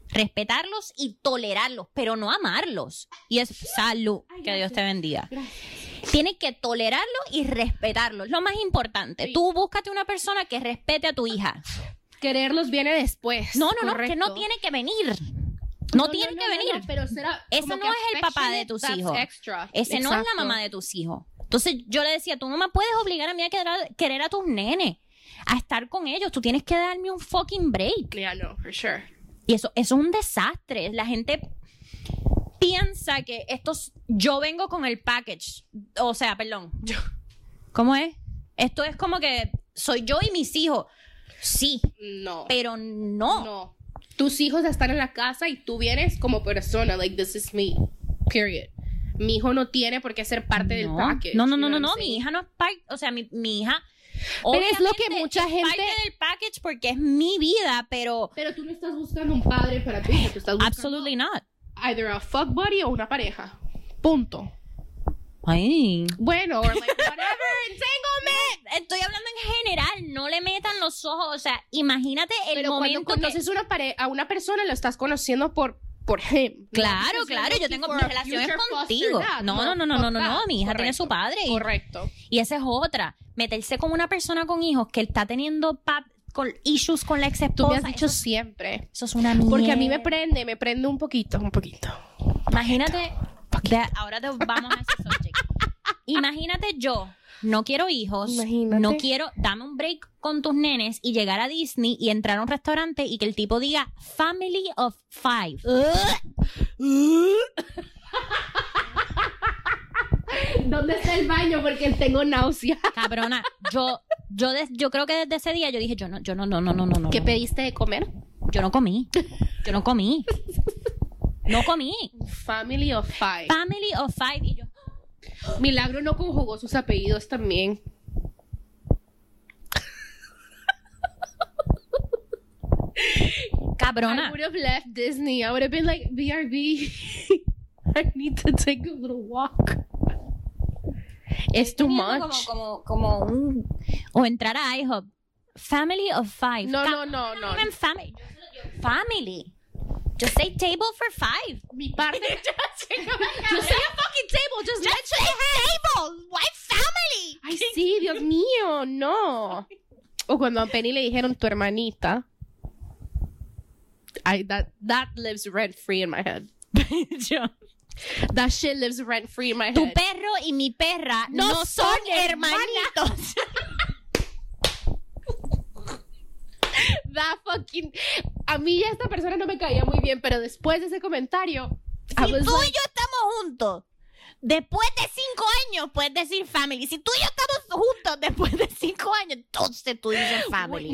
S1: respetarlos y tolerarlos, pero no amarlos. Y es salud, que Dios te bendiga. Tienes que tolerarlos y respetarlos. Lo más importante,
S3: Sí.
S1: tú búscate una persona que respete a tu hija.
S3: Quererlos viene después.
S1: No, no, no, que
S3: correcto.
S1: no tiene que venir. No, tienen que venir.
S3: pero será
S1: Ese
S3: como
S1: no
S3: que
S1: es el papá de
S3: affectionate,
S1: tus
S3: that's
S1: hijos.
S3: extra.
S1: Ese no es
S3: Exacto.
S1: la mamá de tus hijos. Entonces yo le decía, tú no me puedes obligar a mí a querer a, querer a tus nenes, a estar con ellos. Tú tienes que darme un fucking break.
S3: Yeah, no, for sure.
S1: Y eso, eso es un desastre. La gente piensa que estos, yo vengo con el package. O sea, perdón. ¿Cómo es? Esto es como que soy yo y mis hijos. Sí,
S3: No.
S1: pero no.
S3: No. Tus hijos están en la casa y tú vienes como persona, like this is me. Period. Mi hijo no tiene por qué ser parte del
S1: No.
S3: package.
S1: No, no,
S3: you
S1: no, no,
S3: know
S1: no,
S3: what I'm
S1: mi
S3: saying?
S1: hija no es parte, o sea, mi, mi hija.
S3: Pero es lo que
S1: obviamente
S3: mucha
S1: es
S3: gente-
S1: parte del package porque es mi vida, pero
S3: Pero tú no estás buscando un padre para tu hijo, tú estás buscando
S1: absolutely not.
S3: either a fuck buddy o una pareja. Punto.
S1: Ay.
S3: Bueno, or like whatever, entanglement.
S1: Estoy hablando en general, no le metan los ojos, o sea, imagínate el
S3: Pero cuando
S1: momento que
S3: conoces una pare- a una persona, lo estás conociendo por por him.
S1: Claro,
S3: Because you're
S1: claro, yo
S3: looking
S1: tengo
S3: for
S1: mis
S3: a
S1: relaciones
S3: future foster
S1: contigo.
S3: dad,
S1: No, no, no, no,
S3: fuck
S1: no, no, no,
S3: that.
S1: mi hija tiene
S3: Correcto,
S1: su padre y-
S3: Correcto.
S1: y esa es otra, meterse con una persona con hijos que está teniendo pa- con issues con la ex
S3: Tú me has
S1: esposa,
S3: dicho
S1: eso,
S3: siempre.
S1: eso es una mierda.
S3: Porque a mí me prende, me prende un poquito, un poquito.
S1: Imagínate, de- ahora te vamos a ese subject. Imagínate yo, no quiero hijos,
S2: Imagínate.
S1: no quiero, dame un break con tus nenes y llegar a Disney y entrar a un restaurante y que el tipo diga family of five.
S3: ¿Dónde está el baño? Porque tengo náusea.
S1: Cabrona, yo, yo, des- yo creo que desde ese día yo dije, yo no, yo no, no, no, no, no, no.
S3: ¿Qué
S1: no.
S3: pediste de comer?
S1: Yo no comí, yo no comí, no comí.
S3: Family of Five.
S1: Family of five y yo,
S3: Milagro no conjugó sus apellidos también. I
S1: cabrona.
S3: would have left Disney. I would have been like, BRB, I need to take a little walk. It's too
S1: Como-
S3: much.
S1: Como, como, un- o entrar a IHOP. Family of five.
S3: No, no,
S1: Cabrona,
S3: no, no.
S1: even family. Family. Just say table for five.
S3: Mi parte.
S1: Just say a fucking table. Just, say table. Why family?
S3: Ay, sí, Dios mío, no. O cuando a Penny le dijeron tu hermanita. I, that, that lives rent free in my head. That shit lives rent free in my
S1: Tu
S3: head.
S1: perro y mi perra no,
S3: No
S1: son,
S3: son
S1: hermanitos.
S3: That fucking. A mí ya esta persona no me caía muy bien, pero después de ese comentario. I
S1: Si
S3: was
S1: tú
S3: like,
S1: y yo estamos juntos, después de cinco años puedes decir family. Si tú y yo estamos juntos después de cinco años, entonces tú dices
S3: "Uy,
S1: family.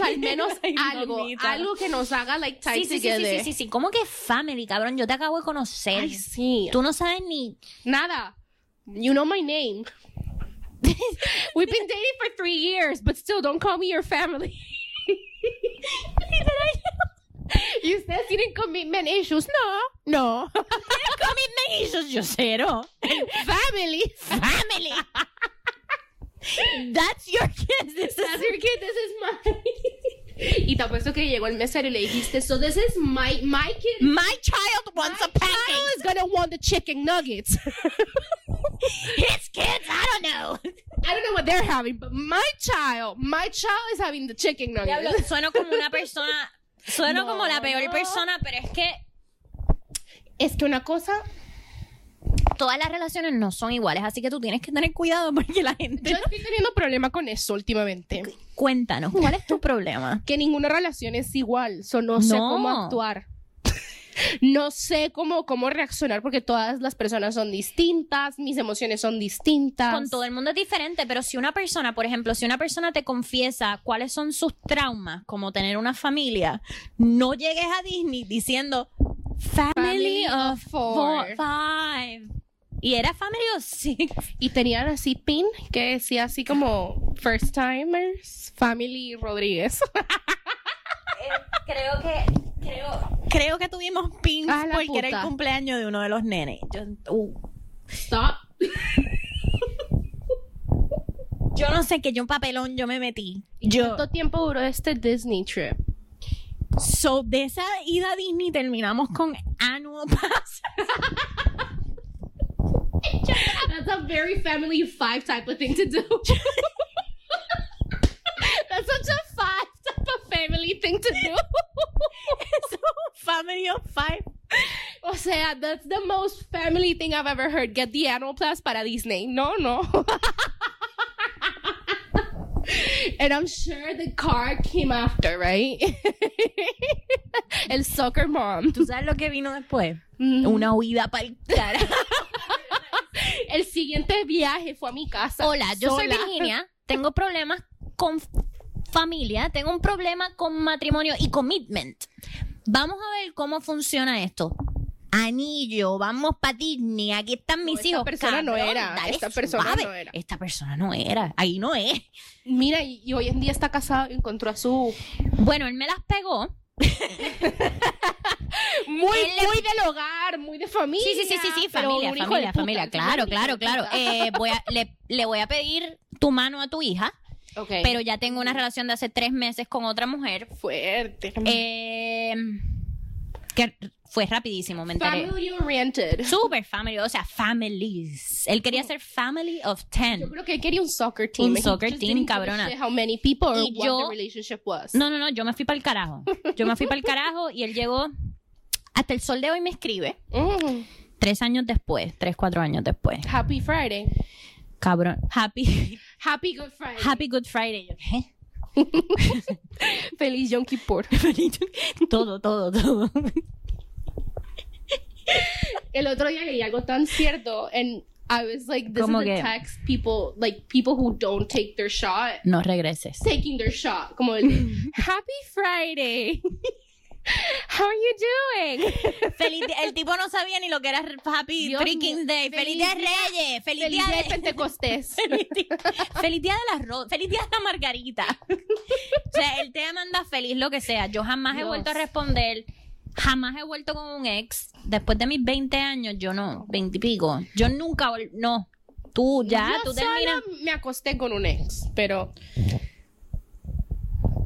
S3: al menos
S4: Ay,
S3: algo.
S4: mamita.
S3: Algo que nos haga, like,
S1: Sí,
S3: tie
S1: sí, sí, sí,
S3: together.
S1: sí, sí, sí. ¿Cómo que family, cabrón? Yo te acabo de conocer.
S3: Ay, sí.
S1: Tú no sabes ni
S3: Nada. You know my name. We've been dating for three years, but still don't call me your family. y ustedes tienen commitment issues. No, no.
S1: commitment issues, yo cero.
S3: Family.
S1: Family. That's your kids. This is-
S3: That's your kid, this is my. y te apuesto que llegó el mesero y le dijiste, so this is my, my kid.
S1: My child wants a
S3: Kyle
S1: pancake.
S3: is gonna want the chicken nuggets.
S1: His kids, I don't know.
S3: I don't know what they're having, but my child, my child is having the chicken nuggets.
S1: Sueno como una persona. Sueno
S3: No,
S1: como la peor
S3: no.
S1: persona, pero es que
S3: Es que una cosa
S1: todas las relaciones no son iguales, así que tú tienes que tener cuidado porque la gente.
S3: Yo estoy teniendo problema con eso últimamente.
S1: Cuéntanos, ¿cuál es tu problema?
S3: Que ninguna relación es igual. So no, sé
S1: No.
S3: cómo actuar. No sé cómo, cómo reaccionar porque todas las personas son distintas, mis emociones son distintas.
S1: Con todo el mundo es diferente, pero si una persona, por ejemplo, si una persona te confiesa cuáles son sus traumas, como tener una familia, no llegues a Disney diciendo Family,
S3: Family
S1: of
S3: of
S1: four,
S3: four".
S1: five. Y era Family of six.
S3: Y tenían así pin que decía así como first timers, family Rodríguez.
S1: Creo que, creo, creo que tuvimos pins
S3: Ah, la
S1: porque era
S3: puta.
S1: el cumpleaños de uno de los nenes. Yo, uh,
S3: Stop.
S1: yo no sé que yo un papelón yo me metí. Yo.
S3: ¿Cuánto tiempo duró este Disney trip?
S1: So, de esa ida a Disney terminamos con annual pass.
S3: That's a very family five type of thing to do. That's such a five type of family thing to do.
S1: Eso es un
S4: family of five.
S3: O sea, that's the most family thing I've ever heard. Get the Animal Plus para Disney. No, no. And I'm sure the car came after, right? El soccer mom.
S1: ¿Tú sabes lo que vino después?
S3: Mm.
S1: Una huida para el cara.
S3: El siguiente viaje fue a mi casa.
S1: Hola, yo soy
S3: sola.
S1: Virginia. Tengo problemas con familia, tengo un problema con matrimonio y commitment. Vamos a ver cómo funciona esto. Anillo, vamos para Disney, aquí están mis
S3: esta
S1: hijos.
S3: persona no
S1: Cabrón,
S3: era,
S1: dale
S3: esta persona
S1: suave.
S3: no era.
S1: Esta persona no era, ahí no es.
S3: Mira, y, y hoy en día está casado y encontró a su...
S1: Bueno, él me las pegó.
S3: Muy,
S1: Él le-
S3: muy del hogar, muy de familia.
S1: Sí, sí, sí, sí, sí,
S3: pero
S1: familia,
S3: un hijo de
S1: familia, familia.
S3: puta, un
S1: Claro,
S3: hijo de
S1: claro, claro.
S3: puta.
S1: Eh, voy a- le, le voy a pedir tu mano a tu hija,
S3: Ok.
S1: pero ya tengo una relación de hace tres meses con otra mujer.
S3: fuerte.
S1: Eh, que fue rapidísimo, me enteré.
S3: Family oriented.
S1: Super family, o sea, families. Él quería ser family of
S3: Yo
S1: 10.
S3: creo que él quería un soccer team.
S1: Un
S3: He
S1: soccer
S3: just
S1: team,
S3: didn't give a
S1: cabrona.
S3: shit How many people or
S1: Y
S3: what
S1: yo-
S3: the relationship was.
S1: No, no, no, yo me fui para el carajo. Yo me fui para el carajo y él llegó hasta el sol de hoy me escribe.
S3: Mm.
S1: Tres años después, tres, cuatro años después.
S3: Happy Friday.
S1: Cabrón. Happy,
S3: Happy Good Friday.
S1: happy Good Friday. Yo, ¿qué?
S3: Feliz Yom Kippur.
S1: Todo, todo, todo.
S3: El otro día leí algo tan cierto and I was like, this
S1: ¿Cómo
S3: is
S1: que?
S3: a text people, like people who don't take their shot
S1: No regreses.
S3: taking their shot. Como el, Happy Friday. How are you doing?
S1: Feliz día- el tipo no sabía ni lo que era Happy
S3: Dios
S1: Freaking
S3: mío.
S1: Day. Feliz,
S3: Feliz
S1: día de
S3: día-
S1: Reyes. Feliz, día
S3: Feliz día de
S1: de...
S3: Pentecostés.
S1: Feliz día, feliz día de las rosas, feliz día de la margarita. O sea, él te manda feliz lo que sea. Yo jamás he
S3: Dios.
S1: vuelto a responder, jamás he vuelto con un ex. Después de mis 20 años, yo no, 20 y pico. Yo nunca, vol- no. Tú ya,
S3: Yo
S1: tú
S3: solo
S1: terminas.
S3: me acosté con un ex, pero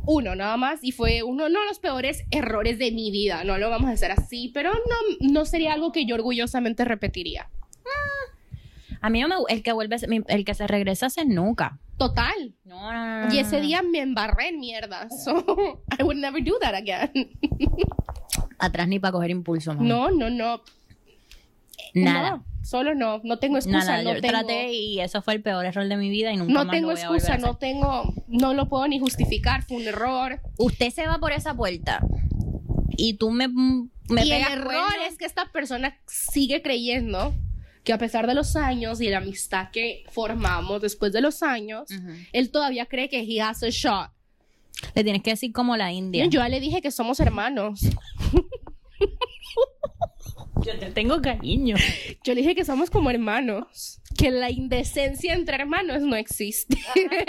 S3: uno nada más y fue uno no los peores errores de mi vida. No lo vamos a hacer así, pero no, no sería algo que yo orgullosamente repetiría.
S1: A mí no me, gu- el que vuelve, a ser- mi- el que se regresa se nunca.
S3: Total.
S1: No, no, no, no,
S3: Y ese
S1: no.
S3: día me embarré en mierda. So I would never do that again.
S1: Atrás ni para coger impulso, mamá.
S3: No, no, no.
S1: Nada.
S3: No, solo no. No tengo excusa.
S1: Nada,
S3: no
S1: yo
S3: tengo...
S1: traté y eso fue el peor error de mi vida y nunca
S3: No
S1: más
S3: tengo
S1: lo voy a volver a
S3: excusa,
S1: hacer.
S3: no tengo, no lo puedo ni justificar, fue un error.
S1: Usted se va por esa puerta y tú me, me
S3: y el
S1: pegas
S3: error
S1: cuernos.
S3: es que esta persona sigue creyendo que a pesar de los años y la amistad que formamos después de los años,
S1: Ujú.
S3: él todavía cree que he has a shot.
S1: Le tienes que decir como la India.
S3: Yo ya le dije que somos hermanos.
S1: te tengo cariño.
S3: Yo le dije que somos como hermanos. Que la indecencia entre hermanos no existe.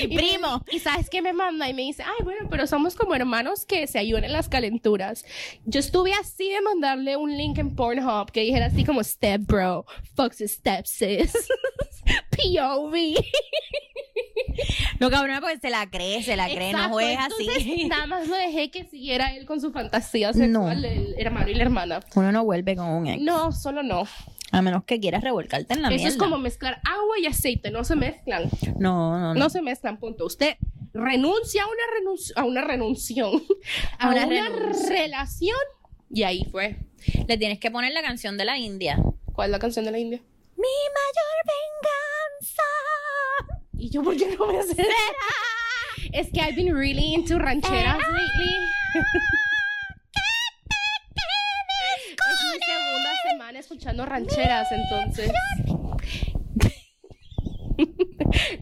S3: Y me-
S1: primo.
S3: y sabes que me manda y me dice, ay, bueno, pero somos como hermanos que se ayudan en las calenturas. Yo estuve así de mandarle un link en Pornhub que dijera así como step bro, fuck step sis, POV.
S1: No, cabrón, porque se la cree, se la cree, no
S3: Exacto,
S1: juegas
S3: entonces,
S1: así.
S3: Nada más lo dejé que siguiera él con su fantasía sexual,
S1: No.
S3: el hermano y la hermana.
S1: Uno no vuelve con un ex.
S3: No, solo no.
S1: A menos que quieras revolcarte en la
S3: Eso
S1: mierda.
S3: es como mezclar agua y aceite, no se mezclan.
S1: No, no, no.
S3: No se mezclan, punto. Usted renuncia a una renunción, a una renunción, a,
S1: A una
S3: una,
S1: renuncia.
S3: relación. Y ahí fue.
S1: Le tienes que poner la canción de la India.
S3: ¿Cuál es la canción de la India?
S1: Mi mayor venganza.
S3: Y yo, ¿por qué no me hacer? Es que I've been really into rancheras lately. Es mi segunda semana escuchando rancheras, entonces.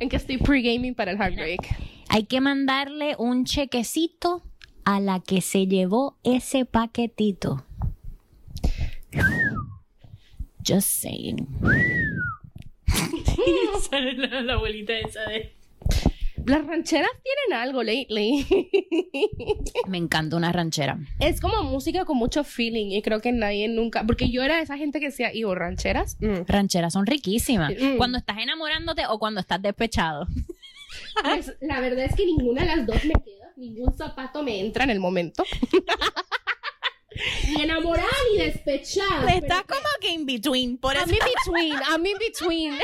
S3: en que estoy pre-gaming para el heartbreak.
S1: Hay que mandarle un chequecito a la que se llevó ese paquetito. Just saying. Sale la, la abuelita esa de...
S3: Las rancheras tienen algo lately.
S1: Me encanta una ranchera.
S3: Es como música con mucho feeling y creo que nadie nunca, porque yo era esa gente que decía, y rancheras.
S1: Mm. Rancheras son riquísimas.
S3: Mm.
S1: Cuando estás enamorándote o cuando estás despechado.
S3: Pues la verdad es que ninguna de las dos me queda, ningún zapato me entra en el momento. ni enamorada ni
S1: Ah,
S3: despechada. pero-
S4: Está como que in between. Por eso
S3: I'm in between, I'm in between.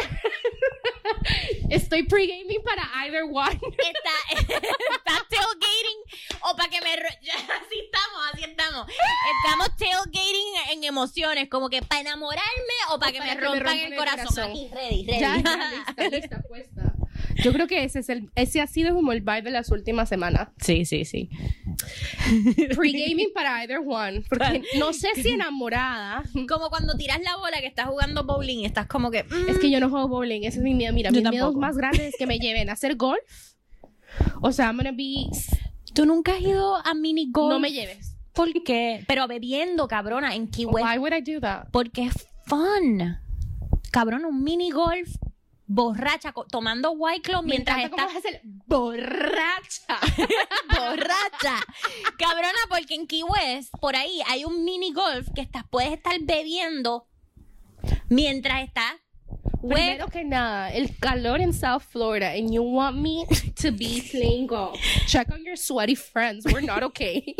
S3: Estoy pre-gaming para either one.
S1: Está, está tailgating o para que me... ro- Ya, así estamos, así estamos. Estamos tailgating en emociones, como que para enamorarme o para que, me rompan el corazón. Aquí, ready, ready.
S3: Ya, ya, lista, lista, puesta. Yo creo que ese, es el, ese ha sido como el vibe de las últimas semanas.
S1: Sí, sí, sí.
S3: Pre-gaming para either one. Porque no sé si enamorada.
S1: Como cuando tiras la bola que estás jugando bowling y estás como que... mm,
S3: Es que yo no juego bowling, ese es mi miedo. Mira,
S1: Yo
S3: mis miedos
S1: tampoco.
S3: más grandes es que me lleven a hacer golf. O sea, I'm gonna be.
S1: Tú nunca has ido a mini golf.
S3: No me lleves.
S1: ¿Por qué? Pero bebiendo, cabrona, en Key West.
S3: Why would I do that?
S1: Porque es fun. Cabrón, un mini golf borracha, co- tomando white claw
S3: Me
S1: mientras
S3: encanta
S1: estás
S3: cómo vas a ser borracha.
S1: borracha. Cabrona, porque en Key West, por ahí, hay un mini golf que estás, puedes estar bebiendo mientras estás. web-
S3: Primero que nada, el calor en South Florida, and you want me to be playing golf. Check on your sweaty friends. We're not okay.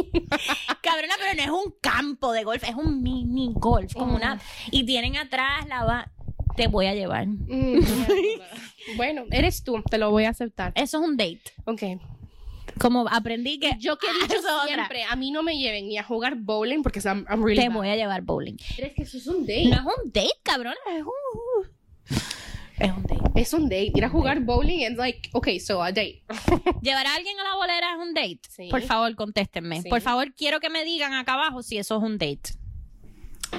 S1: Cabrona, pero no es un campo de golf, es un mini golf. Como una, y tienen atrás la va. Te voy a llevar.
S3: Mm, mierda. bueno, eres tú, te lo voy a aceptar.
S1: Eso es un date.
S3: Ok.
S1: Como aprendí que.
S3: Yo que he
S1: Ah,
S3: dicho
S1: eso es otra.
S3: siempre, a mí no me lleven ni a jugar bowling porque I'm, I'm really
S1: Te
S3: bad.
S1: voy a llevar bowling.
S3: Pero es que eso es un date.
S1: No es un date, cabrona, es un. Es un date.
S3: Es un date. Ir a jugar bowling es like, okay, so a date.
S1: ¿Llevar a alguien a la bolera es un date?
S3: Sí.
S1: Por favor, contéstenme.
S3: Sí.
S1: Por favor, quiero que me digan acá abajo si eso es un date.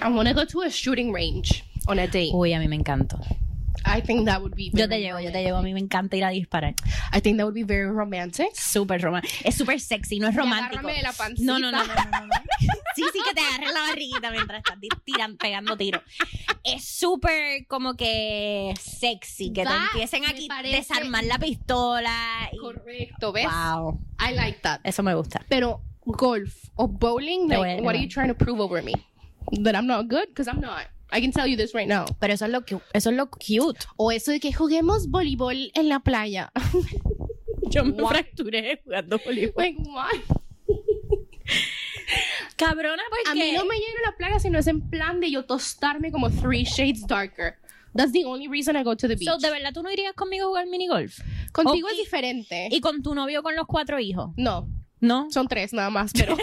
S3: I want to go to a shooting range on a date.
S1: Uy, a mí me encanta.
S3: I think that would be.
S1: Yo
S3: very
S1: te llevo, yo te
S3: romantic.
S1: llevo. A mí me encanta ir a disparar.
S3: I think that would be very romantic.
S1: Súper romántico. Es súper sexy, no es romántico.
S3: agárrame de la pancita.
S1: no, no, no, no, no, no, no. Sí, sí, que te agarres la barriguita mientras estás ti- tiran, pegando tiro. Es súper como que sexy, que
S3: Va,
S1: te empiecen
S3: me
S1: aquí a
S3: parece-
S1: desarmar la pistola. y-
S3: Correcto, ¿ves?
S1: Wow.
S3: I like that.
S1: Eso me gusta.
S3: Pero golf or bowling,
S1: Te
S3: like,
S1: voy a
S3: what are
S1: llevar.
S3: you trying to prove over me? That I'm not good? Because I'm not. I can tell you this right now.
S1: Pero eso es lo que eso es lo cute.
S3: O eso de que juguemos voleibol en la playa.
S1: Yo me
S3: Guau.
S1: fracturé jugando voleibol.
S3: like, what?
S1: Cabrona,
S3: A
S1: porque
S3: mí no me lleno la playa si no es en plan de yo tostarme como three shades darker. That's the only reason I go to the beach.
S1: So, de verdad tú no irías conmigo a jugar minigolf.
S3: Contigo
S1: Ok.
S3: es diferente.
S1: Y con tu novio con los cuatro hijos.
S3: No,
S1: ¿No?
S3: son tres nada más, pero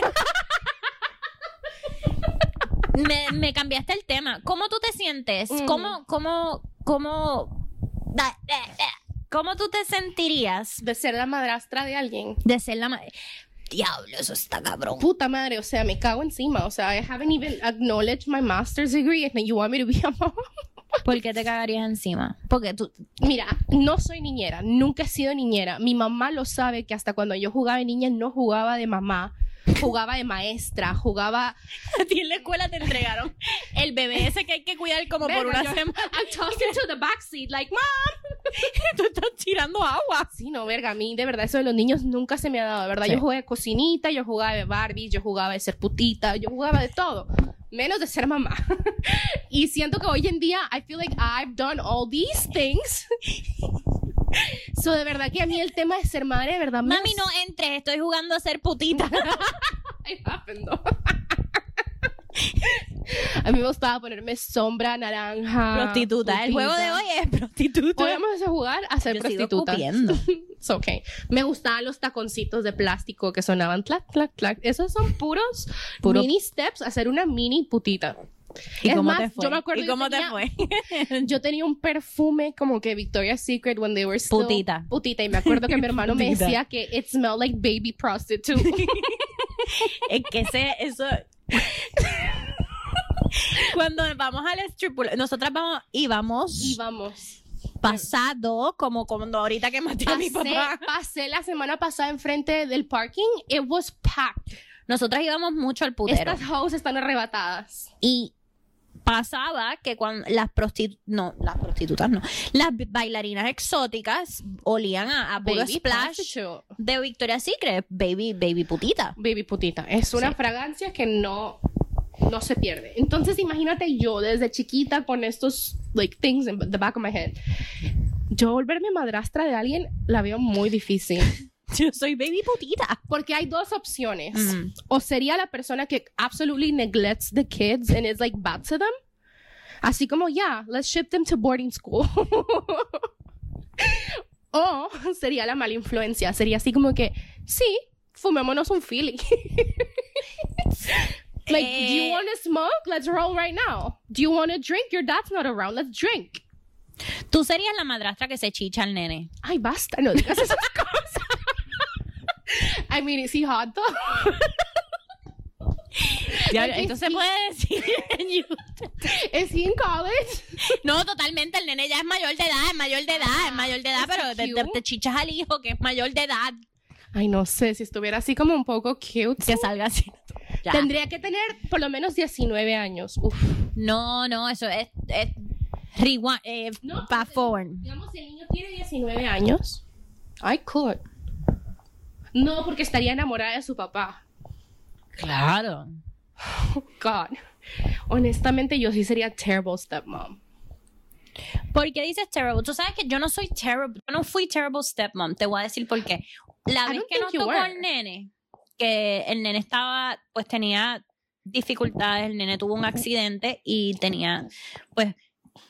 S1: me, me cambiaste el tema. ¿Cómo tú te sientes?
S3: Mm.
S1: ¿Cómo, cómo, cómo, da- da- da- cómo tú te sentirías
S3: de ser la madrastra de alguien.
S1: de ser la madre? Diablo, eso está cabrón.
S3: Puta madre, o sea, me cago encima. O sea, I haven't even acknowledged my master's degree and you want me to be a mom.
S1: ¿Por qué te cagarías encima? Porque tú,
S3: Mira, no soy niñera, nunca he sido niñera. Mi mamá lo sabe que hasta cuando yo jugaba de niña no jugaba de mamá, jugaba de maestra, jugaba.
S1: a ti en la escuela te entregaron el bebé ese que hay que cuidar como por
S3: Verga,
S1: una
S3: yo-
S1: semana.
S3: I tossed it to the backseat, like, "Ma,
S1: Tú estás tirando agua.
S3: Sí, no, verga, a mí de verdad eso de los niños nunca se me ha dado, de verdad.
S1: Sí.
S3: Yo jugaba de cocinita, yo jugaba de Barbie, yo jugaba de ser putita, yo jugaba de todo, menos de ser mamá. y siento que hoy en día I feel like I've done all these things. so de verdad que a mí el tema de ser madre, de verdad, me
S1: Mami, no entres, estoy jugando a ser putita.
S3: It happened, though. A mí me gustaba ponerme sombra naranja.
S1: prostituta. El
S3: Ah, putita.
S1: juego de hoy es prostituta.
S3: Hoy vamos a jugar a ser
S1: Yo sigo
S3: prostituta.
S1: cupiendo.
S3: It's okay. Me gustaban los taconcitos de plástico que sonaban clac, clac, clac. Esos son puros
S1: Puro-
S3: mini steps a ser una mini putita.
S1: ¿Y
S3: Es
S1: cómo
S3: más,
S1: te fue?
S3: yo me acuerdo
S1: ¿Y
S3: yo
S1: cómo
S3: tenía-
S1: te fue?
S3: Yo tenía un perfume como que Victoria's Secret when they were still
S1: Putita.
S3: Putita. Y me acuerdo que mi hermano me
S1: Putita.
S3: decía que it smelled like baby prostitute.
S1: Es que ese, eso. Cuando vamos al strip club, nosotras vamos íbamos
S3: y vamos.
S1: pasado, como cuando ahorita que maté a mi
S3: Pasé,
S1: papá.
S3: pasé la semana pasada enfrente del parking. It was packed.
S1: Nosotras íbamos mucho al putero.
S3: Estas hoes están arrebatadas.
S1: Y pasaba que cuando las prostitutas, no, las prostitutas no, las bailarinas exóticas olían a, a puro
S3: Baby
S1: splash
S3: prostitute.
S1: de Victoria's Secret, baby, baby putita.
S3: Baby putita. Es una
S1: Sí.
S3: fragancia que no, no se pierde. Entonces, imagínate yo desde chiquita con estos, like, things in the back of my head. Yo volverme madrastra de alguien la veo muy difícil.
S1: Yo soy baby putita.
S3: Porque hay dos opciones.
S1: Ujú.
S3: O sería la persona que absolutely neglects the kids and is like bad to them. Así como, yeah, let's ship them to boarding school. o sería la mala influencia. Sería así como que, sí, fumémonos un Philly. like, do you
S1: Eh.
S3: want to smoke? Let's roll right now. Do you want to drink? Your dad's not around. Let's drink.
S1: Tú serías la madrastra que se chicha al nene.
S3: Ay, basta, no digas esas cosas. I mean, is he hot though?
S1: Ya,
S3: Like,
S1: esto
S3: is
S1: se
S3: he-
S1: puede decir en YouTube.
S3: Is he in college?
S1: No, totalmente, el nene ya es mayor de edad, es mayor de edad, es mayor de edad,
S3: Ah,
S1: pero
S3: está
S1: te, te-
S3: cute.
S1: te chichas al hijo que es mayor de edad,
S3: Ay, no sé, si estuviera así como un poco cute.
S1: que salga así. Ya.
S3: Tendría que tener por lo menos 19 años. Uf.
S1: No, no, eso es, es rewind, eh,
S3: No, pues,
S1: fast
S3: porque-
S1: forward.
S3: Digamos, si el niño tiene 19 años, I could. No, porque estaría enamorada de su papá. Oh,
S1: Claro.
S3: God. Honestamente, yo sí sería terrible stepmom.
S1: ¿Por qué dices terrible? Tú sabes que yo no soy terrible, yo no fui terrible stepmom, te voy a decir por qué. La
S3: I
S1: vez
S3: don't
S1: que
S3: think
S1: nos
S3: you
S1: tocó
S3: were.
S1: el nene, que el nene estaba, pues tenía dificultades, el nene tuvo un accidente y tenía, pues,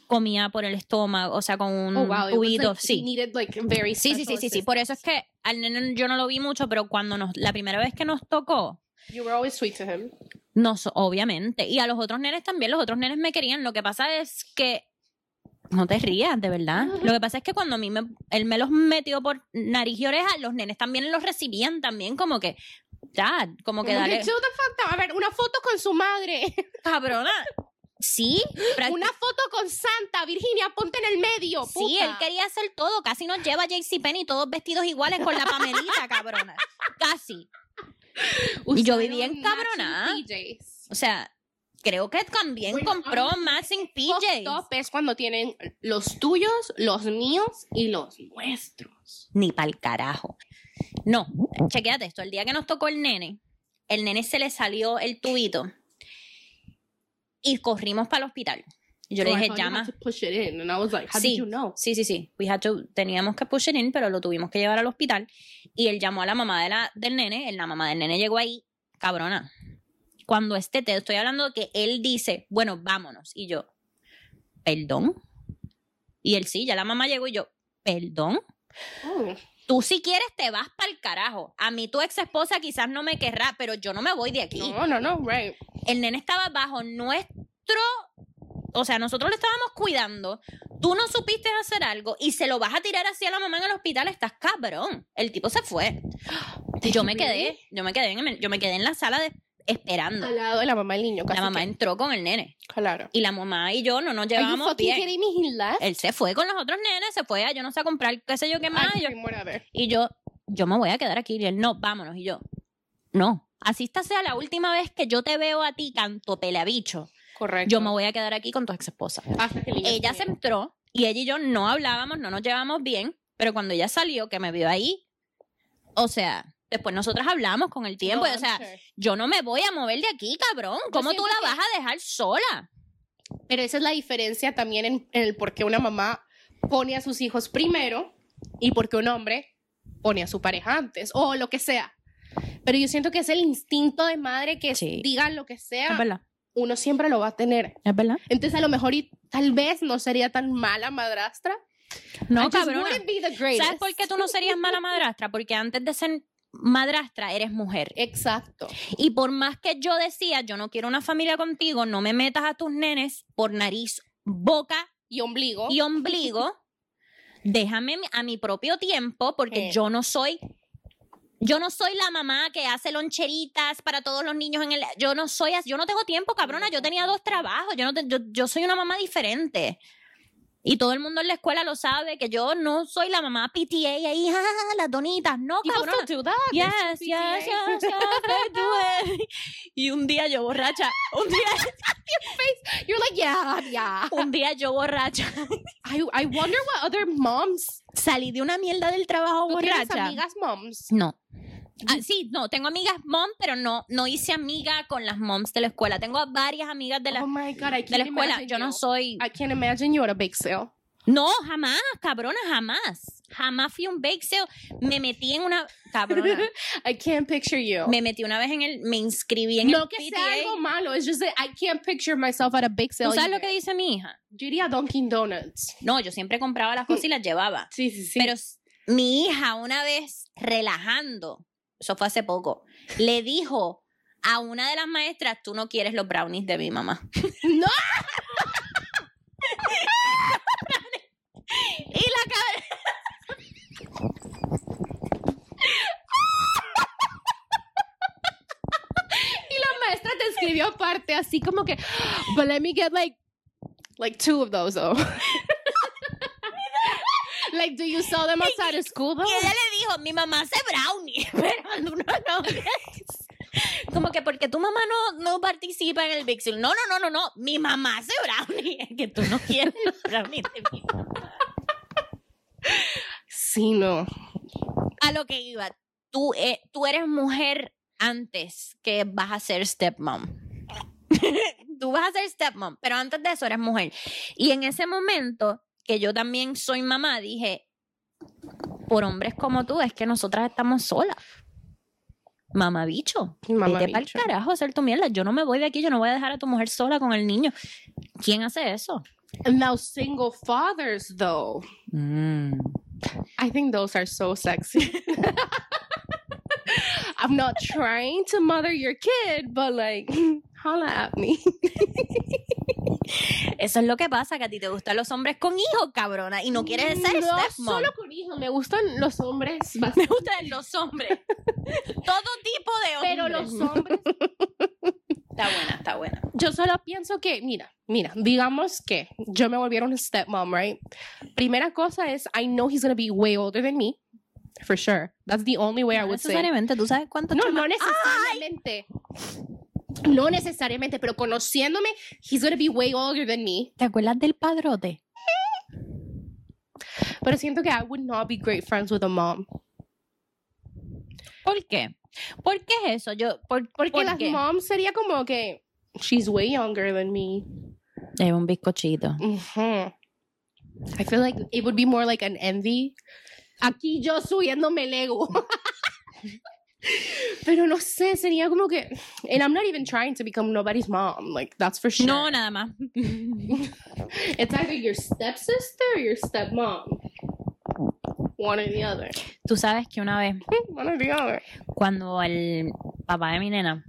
S1: comía por el estómago, o sea, con un
S3: Oh, wow. it was,
S1: tubito,
S3: like,
S1: Mm, sí.
S3: Needed, like, very
S1: Sí, sí, sí,
S3: special
S1: sí, sí. Por eso es que al nene yo no lo vi mucho, pero cuando nos, la primera vez que nos tocó,
S3: assistance. You were always sweet to him.
S1: nos, obviamente, y a los otros nenes también, los otros nenes me querían. Lo que pasa es que, no te rías, de verdad. Lo que pasa es que cuando a mí me, él me los metió por nariz y oreja, los nenes también los recibían también como que, ya, como que
S3: Como
S1: dale,
S3: que, "Chill the fuck down". A ver, una foto con su madre.
S1: cabrona. Sí, prácti-
S3: Una foto con Santa. Virginia, ponte en el medio.
S1: Sí,
S3: puta.
S1: él quería hacer todo. Casi nos lleva a JCPenney todos vestidos iguales con la pamelita, cabrona. Casi. Y yo vivía
S3: Usaron
S1: encabronada.
S3: matching PJs.
S1: O sea, creo que también
S3: Bueno,
S1: compró
S3: ahora
S1: más sin
S3: Fucked
S1: PJs.
S3: up es cuando tienen los tuyos, los míos y los nuestros.
S1: Ni pa'l carajo. No, chequéate esto. El día que nos tocó el nene, el nene se le salió el tubito y corrimos para el hospital. Y Yo
S3: So
S1: le
S3: I
S1: dije,
S3: thought you had
S1: llama.
S3: to push it in, and I was like, how
S1: Sí.
S3: did you know?
S1: Sí, sí, sí. We had to- teníamos que push it in, pero lo tuvimos que llevar al hospital. Y él llamó a la mamá de la, del nene. La mamá del nene llegó ahí, cabrona. Cuando este te estoy hablando que él dice, bueno, vámonos. Y yo, perdón. Y él sí, ya la mamá llegó y yo, perdón.
S3: Oh.
S1: Tú si quieres te vas para el carajo. A mí tu ex esposa quizás no me querrá, pero yo no me voy de aquí.
S3: No, no, no, right.
S1: El nene estaba bajo nuestro, o sea, nosotros lo estábamos cuidando. Tú no supiste hacer algo y se lo vas a tirar así a la mamá en el hospital, estás cabrón. El tipo se fue. Yo me quedé, yo me quedé en, el- yo me quedé en la sala de- esperando.
S3: Al lado de la mamá del niño, casi
S1: La mamá
S3: que.
S1: entró con el nene
S3: Claro.
S1: y la mamá y yo no nos
S3: Are you
S1: llevábamos
S3: fucking
S1: bien.
S3: kidding me? He left?
S1: Él se fue con los otros nenes, se fue a yo no sé a comprar qué sé yo qué más.
S3: Ay,
S1: yo-
S3: whatever.
S1: y yo, yo me voy a quedar aquí. Y él, no, vámonos. Y yo, no. Así esta sea la última vez que yo te veo a ti, canto peleabicho.
S3: Correcto.
S1: Yo me voy a quedar aquí con tu ex esposa.
S3: Hasta que el niño
S1: Ella se
S3: estuviera.
S1: entró y ella y yo no hablábamos, no nos llevábamos bien, pero cuando ella salió, que me vio ahí, o sea, después nosotras hablamos con el tiempo.
S3: No,
S1: y, pues, o
S3: I'm
S1: sea,
S3: sure.
S1: yo no me voy a mover de aquí, cabrón. ¿Cómo tú
S3: siento
S1: la
S3: que-
S1: vas a dejar sola?
S3: Pero esa es la diferencia también en, en el por qué una mamá pone a sus hijos primero y por qué un hombre pone a su pareja antes o lo que sea. Pero yo siento que es el instinto de madre que
S1: Sí.
S3: digan lo que
S1: Es
S3: sea,
S1: verdad,
S3: uno siempre lo va a tener.
S1: es verdad.
S3: Entonces a lo mejor y tal vez no sería tan mala madrastra. I
S1: No,
S3: just
S1: cabrón.
S3: wouldn't be the greatest.
S1: ¿Sabes por qué tú no serías mala madrastra? Porque antes de ser madrastra eres mujer.
S3: Exacto.
S1: Y por más que yo decía, yo no quiero una familia contigo, no me metas a tus nenes por nariz, boca
S3: Y ombligo.
S1: y ombligo, déjame mi- a mi propio tiempo porque
S3: Eh.
S1: yo no soy... Yo no soy la mamá que hace loncheritas para todos los niños en el... Yo no soy... as- Yo no tengo tiempo, cabrona. Yo tenía dos trabajos. Yo, no te- yo, yo soy una mamá diferente. Y todo el mundo en la escuela lo sabe, que yo no soy la mamá PTA y ahí, "Ah, las donitas. No,
S3: People
S1: cabrona.
S3: still do that.
S1: Yes,
S3: It's PTA.
S1: yes, yes, yes, they do it. Y un día yo borracha, un día,
S3: You're like, yeah, yeah.
S1: un día yo borracha,
S3: I, I wonder what other moms.
S1: salí de una mierda del trabajo
S3: ¿Tú tienes
S1: borracha.
S3: amigas moms?
S1: No. Ah, sí, no, tengo amigas mom, pero no, no hice amiga con las moms de la escuela. Tengo a varias amigas de la,
S3: oh my God, I
S1: de la
S3: can't
S1: escuela.
S3: imagine
S1: Yo no
S3: you.
S1: soy.
S3: I can't imagine you at a bake sale.
S1: No, jamás, cabrona, jamás. Jamás fui a un bake sale. Me metí en una. Cabrona.
S3: I can't picture you.
S1: me metí una vez en el. Me inscribí en
S3: no
S1: el
S3: que
S1: PTA.
S3: sea algo malo, it's just that I can't picture myself at a bake sale.
S1: ¿Tú sabes lo
S3: either.
S1: que dice mi hija?
S3: Yo iría a Dunkin' Donuts.
S1: No, yo siempre compraba las cosas y las llevaba.
S3: Sí, sí, sí.
S1: Pero s- mi hija una vez relajando eso fue hace poco, le dijo a una de las maestras, tú no quieres los brownies de mi mamá.
S3: ¡No!
S1: y la cabra...
S3: Y la maestra te escribió aparte, así como que, but let me get like, like two of those though. like, do you sell them outside of school though?
S1: Y ella le dijo, mi mamá hace brownies, pero no, no, no. Como que porque tu mamá no, no participa en el Big Sur. No, no, no, no, no. Mi mamá hace brownies. Es que tú no quieres los brownies de mi mamá.
S3: Sí, no.
S1: A lo que iba, tú, eh, tú eres mujer antes que vas a ser stepmom. tú vas a ser stepmom, pero antes de eso eres mujer. Y en ese momento, que yo también soy mamá, dije, por hombres como tú, es que nosotras estamos solas. Mamá bicho,
S3: Mamá
S1: vete pa'l
S3: bicho.
S1: carajo a hacer tu mierda. Yo no me voy de aquí, yo no voy a dejar a tu mujer sola con el niño. ¿Quién hace eso?
S3: Now, single fathers though. Mm. I think those are so sexy. I'm not trying to mother your kid, but like, holla at me.
S1: Eso es lo que pasa, que a ti te gustan los hombres con hijos, cabrona, y no quieres ser
S3: Mm, No
S1: stepmom.
S3: solo con hijos, me gustan los hombres
S1: Me gustan los hombres. Todo tipo de hombres.
S3: Pero los hombres,
S1: Está buena, está buena.
S3: yo solo pienso que, mira, mira, digamos que yo me volviera una stepmom, right? Primera cosa es, I know he's gonna be way older than me, for sure. That's the only way I
S1: No
S3: would say.
S1: necesariamente, ¿tú sabes cuánto?
S3: No, no necesariamente. No necesariamente, pero conociéndome, he's gonna be way older than me.
S1: ¿Te acuerdas del padrote?
S3: Pero siento que I would not be great friends with a mom.
S1: ¿Por qué? ¿Por qué es eso? Yo, por,
S3: Porque
S1: ¿por
S3: las
S1: qué?
S3: mom sería como que, she's way younger than me.
S1: Es un bizcochito.
S3: Ujú. I feel like it would be more like an envy. Aquí yo subiéndome el ego. Pero no sé, sería como que. And I'm not even trying to become nobody's mom. Like, that's for sure.
S1: No, nada más.
S3: It's either your stepsister or your stepmom. One or the other.
S1: Tú sabes que una vez,
S3: Hmm, One or the other.
S1: cuando el papá de mi nena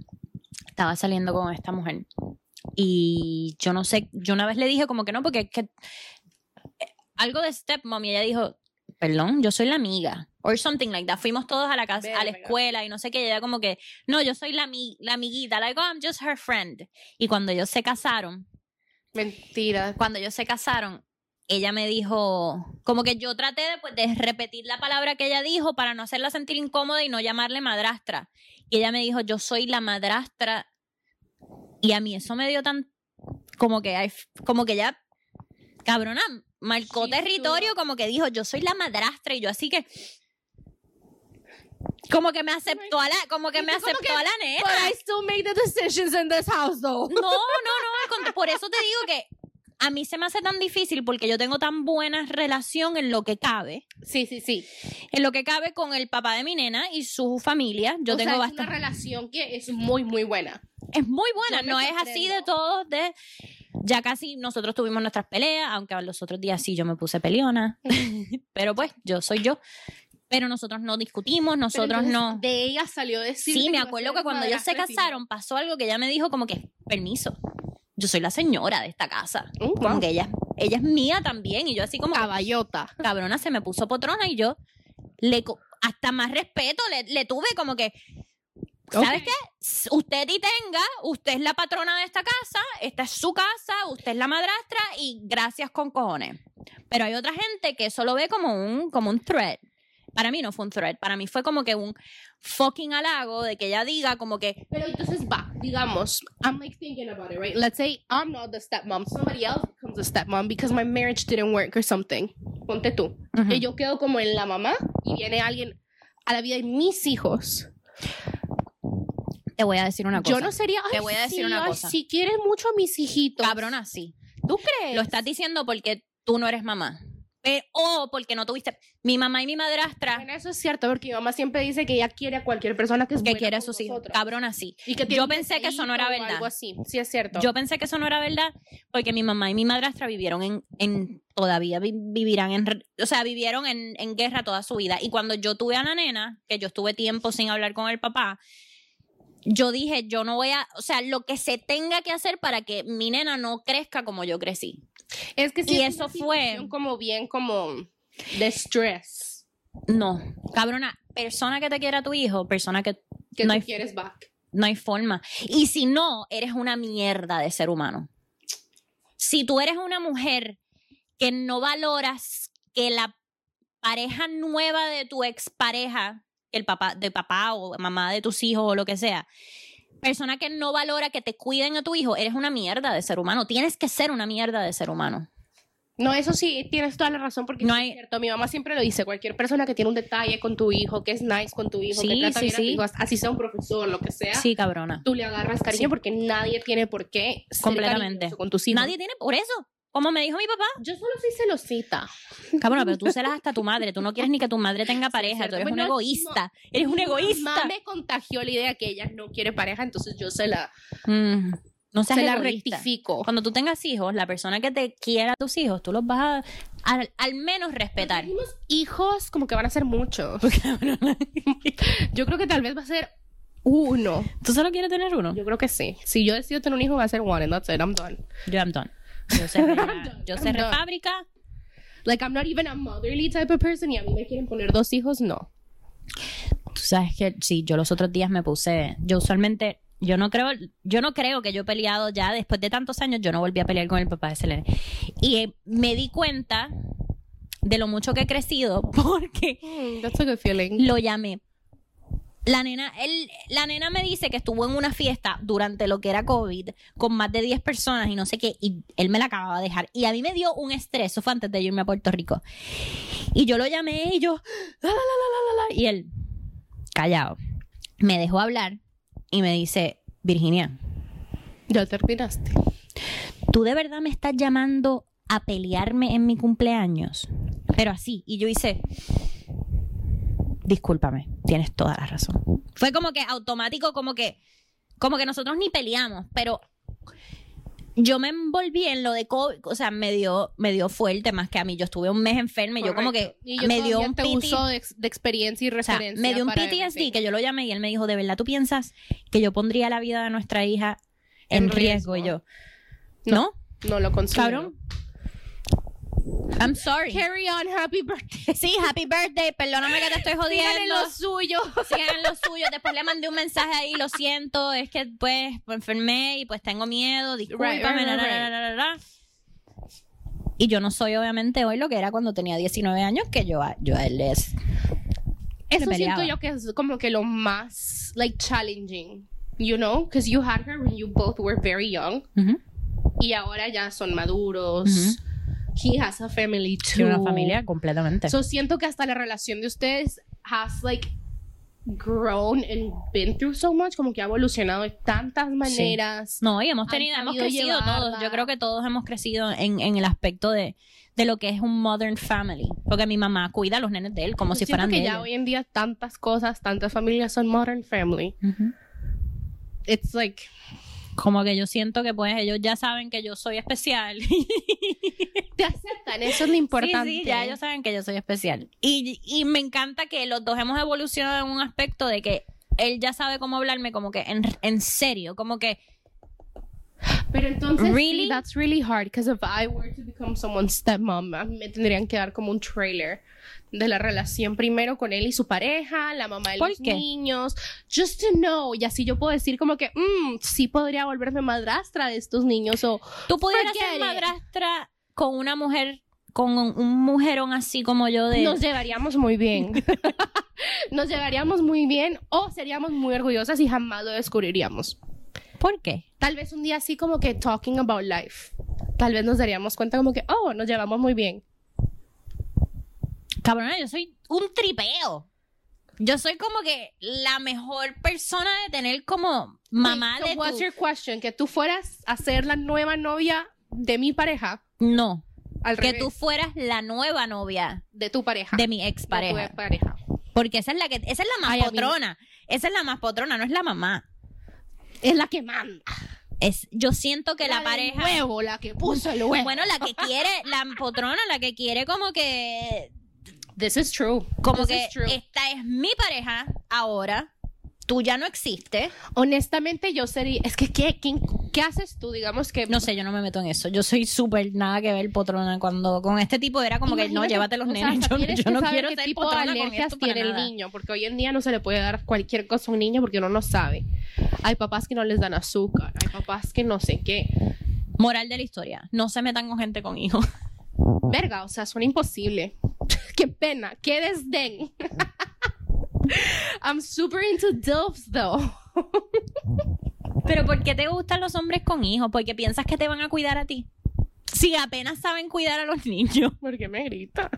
S1: estaba saliendo con esta mujer, y yo no sé, yo una vez le dije como que no, porque es que eh, algo de stepmom, y ella dijo, perdón, yo soy la amiga. Or something like that. Fuimos todos a la casa, a la
S3: Verga.
S1: escuela y no sé qué. Y ella como que, no, yo soy la, ami- la amiguita. Like, oh, I'm just her friend. Y cuando ellos se casaron,
S3: Mentira.
S1: cuando ellos se casaron, ella me dijo, como que yo traté de, pues, de repetir la palabra que ella dijo para no hacerla sentir incómoda y no llamarle madrastra. Y ella me dijo, yo soy la madrastra. Y a mí eso me dio tan, como que, ay, como que ya, cabrona, marcó
S3: Sí,
S1: territorio, como que dijo, yo soy la madrastra. Y yo así que... Como que me aceptó a la, como que
S3: Y
S1: me
S3: tú como
S1: aceptó
S3: que,
S1: a la nena.
S3: But I still make the decisions in this house,
S1: No,
S3: though.
S1: no, no. con- por eso te digo que a mí se me hace tan difícil porque yo tengo tan buena relación en lo que cabe.
S3: Sí, sí, sí.
S1: En lo que cabe con el papá de mi nena y su familia. Yo
S3: O sea,
S1: tengo
S3: es una
S1: bastante.
S3: relación que es muy, muy buena.
S1: Es muy buena.
S3: Yo me
S1: No es así
S3: sorprendo.
S1: de todos. De, ya casi nosotros tuvimos nuestras peleas, aunque a los otros días sí yo me puse peleona. Pero pues, yo soy yo. Pero nosotros no discutimos,
S3: Pero
S1: nosotros
S3: entonces
S1: no.
S3: De ella salió decir.
S1: Sí, me acuerdo que cuando ellos se casaron pasó algo que ella me dijo como que, permiso, yo soy la señora de esta casa.
S3: Uh,
S1: Como que ella, ella es mía también. Y yo así como, que,
S3: Caballota.
S1: cabrona, se me puso potrona y yo le co- hasta más respeto le, le tuve como que, ¿sabes
S3: Ok.
S1: qué? S- Usted y tenga, usted es la patrona de esta casa, esta es su casa, usted es la madrastra y gracias con cojones. Pero hay otra gente que eso lo ve como un, como un threat. Para mí no fue un threat, para mí fue como que un fucking halago de que ella diga como que,
S3: Pero entonces va, digamos, I'm like thinking about it, right? Let's say I'm not the stepmom, somebody else becomes a stepmom because my marriage didn't work or something. Ponte tú. Que yo quedo como en la mamá y viene alguien a la vida de mis hijos.
S1: te voy a decir una cosa.
S3: Yo no sería.
S1: Te
S3: "Ay,
S1: voy a decir
S3: sí,
S1: una
S3: ay,
S1: cosa.
S3: Si quieren mucho a mis hijitos.
S1: Cabrona, sí.
S3: ¿Tú crees?
S1: Lo estás diciendo porque tú no eres mamá. Pero, o porque no tuviste. Mi mamá y mi madrastra
S3: Bueno, eso es cierto, porque mi mamá siempre dice que ella quiere a cualquier persona que es
S1: que
S3: buena
S1: quiere a
S3: con
S1: sus hijos.
S3: nosotros.
S1: Cabrón así.
S3: Y que
S1: Yo
S3: tiene un
S1: pensé que eso no era
S3: defecto o
S1: verdad.
S3: Algo así, sí es cierto.
S1: Yo pensé que eso no era verdad porque mi mamá y mi madrastra vivieron en, en todavía vi- vivirán en, re- o sea, vivieron en, en guerra toda su vida. Y cuando yo tuve a la nena, que yo estuve tiempo sin hablar con el papá, yo dije, yo no voy a, o sea, lo que se tenga que hacer para que mi nena no crezca como yo crecí.
S3: es que sí,
S1: y
S3: es
S1: eso
S3: una
S1: fue-
S3: situación como bien como de stress
S1: No, cabrona, persona que te quiera a tu hijo, persona que
S3: que
S1: no
S3: tú
S1: hay,
S3: quieres back.
S1: no hay forma. Y si no, eres una mierda de ser humano. Si tú eres una mujer que no valoras que la pareja nueva de tu expareja, el papá de papá o mamá de tus hijos o lo que sea, persona que no valora que te cuiden a tu hijo, eres una mierda de ser humano. Tienes que ser una mierda de ser humano.
S3: No, eso sí, tienes toda la razón porque
S1: No
S3: sí
S1: hay-
S3: es cierto. Mi mamá siempre lo dice, cualquier persona que tiene un detalle con tu hijo, que es nice con tu hijo,
S1: Sí,
S3: que trata
S1: sí,
S3: bien a tu
S1: sí.
S3: hijo, así sea un profesor, lo que sea,
S1: Sí, cabrona.
S3: tú le agarras cariño
S1: Sí.
S3: porque nadie tiene por qué ser
S1: Completamente.
S3: cariñoso con tus hijos.
S1: Nadie tiene por eso. Como me dijo mi papá,
S3: Yo solo soy celosita.
S1: Cabrón, pero tú celas hasta tu madre. Tú no quieres ni que tu madre tenga pareja. Tú
S3: cierto.
S1: eres un
S3: Bueno, no-
S1: egoísta. Eres un
S3: Mamá
S1: egoísta.
S3: me contagió la idea que ella no quiere pareja, entonces yo se la,
S1: Mm, No seas
S3: se la
S1: egoísta.
S3: rectifico.
S1: Cuando tú tengas hijos, la persona que te quiera a tus hijos, tú los vas a al, al menos respetar.
S3: Dijimos hijos como que van a ser muchos. yo creo que tal vez va a ser uno.
S1: ¿Tú solo quieres tener uno?
S3: Yo creo que sí. Si yo decido tener un hijo va a ser one and that's it. I'm done.
S1: Yo am done. Yo cerré,
S3: done,
S1: yo
S3: I'm
S1: cerré
S3: done.
S1: fábrica.
S3: Like I'm not even a motherly type of person y a mí me quieren poner dos hijos, no.
S1: Tú sabes que sí, yo los otros días me puse, yo usualmente, yo no creo, yo no creo que yo he peleado ya después de tantos años, yo no volví a pelear con el papá de Selene. Y eh, me di cuenta de lo mucho que he crecido porque
S3: Mm, that's a good feeling.
S1: lo llamé. La nena, él, la nena me dice que estuvo en una fiesta durante lo que era COVID con más de 10 personas y no sé qué, y él me la acababa de dejar. Y a mí me dio un estrés, eso fue antes de yo irme a Puerto Rico. Y yo lo llamé y yo, "La, la, la, la, la, la", y él, callado, me dejó hablar y me dice, Virginia,
S3: Ya terminaste.
S1: ¿tú de verdad me estás llamando a pelearme en mi cumpleaños? Pero así, y yo hice, discúlpame, tienes toda la razón. Fue como que automático, como que, como que nosotros ni peleamos, pero yo me envolví en lo de COVID, o sea, me dio, me dio fuerte más que a mí. Yo estuve un mes enferma y yo como que
S3: Y yo
S1: me dio
S3: todavía
S1: un
S3: te
S1: PT.
S3: uso de, ex- de experiencia y
S1: O sea,
S3: referencia.
S1: me dio un
S3: para
S1: PTSD
S3: everything.
S1: que yo lo llamé y él me dijo, ¿de verdad tú piensas que yo pondría la vida de nuestra hija en,
S3: En
S1: riesgo?
S3: riesgo.
S1: Y yo,
S3: No.
S1: ¿no?
S3: no lo considero.
S1: Cabrón. I'm sorry.
S3: Carry on, happy birthday.
S1: Sí, happy birthday. Perdóname que te estoy
S3: Díganle
S1: jodiendo.
S3: lo suyo.
S1: Sigan lo suyo. Después le mandé un mensaje ahí, lo siento. Es que pues me enfermé y pues tengo miedo. Discúlpame.
S3: Right, right, right,
S1: la, la, la, la, la. Y yo no soy obviamente hoy lo que era cuando tenía 19 años, que yo a, yo a él es.
S3: Eso
S1: Me
S3: siento
S1: peleaba.
S3: yo que es como que lo más, like, challenging. You know? Because you had her when you both were very young.
S1: Ujú.
S3: Y ahora ya son maduros. He has a family too.
S1: Tiene una familia completamente.
S3: So siento que hasta la relación de ustedes has, like, grown and been through so much. Como que ha evolucionado de tantas maneras.
S1: No, y hemos
S3: Han
S1: tenido, hemos
S3: sabido
S1: crecido
S3: llevarla.
S1: todos. Yo creo que todos hemos crecido en, en el aspecto de, de lo que es un modern family. Porque mi mamá cuida a los nenes de él como
S3: Yo
S1: si
S3: siento
S1: fueran
S3: que
S1: de
S3: ya
S1: ella.
S3: hoy en día tantas cosas, tantas familias son modern family.
S1: Ujú.
S3: It's like...
S1: Como que yo siento que pues ellos ya saben que yo soy especial.
S3: Te aceptan, eso es lo importante.
S1: Sí, sí, ya ellos saben que yo soy especial. Y, y me encanta que los dos hemos evolucionado en un aspecto de que él ya sabe cómo hablarme como que en, en serio, como que
S3: Pero entonces,
S1: Really?
S3: sí, that's really hard, because if I were to become someone's stepmom, a mí me tendrían que dar como un trailer de la relación primero con él y su pareja, la mamá de
S1: ¿Por
S3: los
S1: qué?
S3: niños, just to know, y así yo puedo decir como que, mm, sí podría volverme madrastra de estos niños, o
S1: tú pudieras
S3: Forget
S1: ser
S3: it.
S1: madrastra con una mujer, con un, un mujerón así como yo de...
S3: nos llevaríamos muy bien. nos llevaríamos muy bien, o seríamos muy orgullosas y jamás lo descubriríamos.
S1: ¿Por qué?
S3: Tal vez un día así como que talking about life. Tal vez nos daríamos cuenta como que, oh, nos llevamos muy bien.
S1: Cabrona, yo soy un tripeo. Yo soy como que la mejor persona de tener como mamá
S3: Wait, so
S1: de
S3: what's
S1: tu...
S3: your question? Que tú fueras a ser la nueva novia de mi pareja.
S1: No.
S3: al
S1: que
S3: revés,
S1: tú fueras la nueva novia
S3: de tu pareja.
S1: de mi ex
S3: De
S1: pareja.
S3: tu pareja.
S1: Porque esa es la que, esa es la más
S3: Ay, a mí-
S1: potrona. Esa es la más potrona, no es la mamá.
S3: Es la que manda.
S1: Es, yo siento que la,
S3: del
S1: pareja.
S3: Huevo, la que puso el huevo.
S1: Bueno, la que quiere, la potrona, la que quiere como que,
S3: this is true.
S1: como
S3: This is
S1: que
S3: true.
S1: esta es mi pareja ahora, tú ya no existes.
S3: honestamente yo sería, es que ¿qué, quién- qué haces tú? Digamos que
S1: No sé, yo no me meto en eso. Yo soy súper nada que ver potrona cuando con este tipo era como que no,
S3: Imagínate,
S1: llévate los
S3: o sea,
S1: nenes.
S3: hasta
S1: Yo,
S3: tienes
S1: yo
S3: que
S1: no
S3: saber
S1: quiero
S3: qué
S1: ser
S3: tipo de
S1: potrona con
S3: alergias
S1: esto para
S3: tiene el
S1: nada.
S3: niño, porque hoy en día no se le puede dar cualquier cosa a un niño porque uno no sabe. Hay papás que no les dan azúcar, hay papás que no sé qué.
S1: Moral de la historia, no se metan con gente con hijos.
S3: Verga, o sea, suena imposible. qué pena, qué desdén. I'm super into DILFs though.
S1: Pero ¿por qué te gustan los hombres con hijos? Porque piensas que te van a cuidar a ti. Si apenas saben cuidar a los niños
S3: Porque me grita.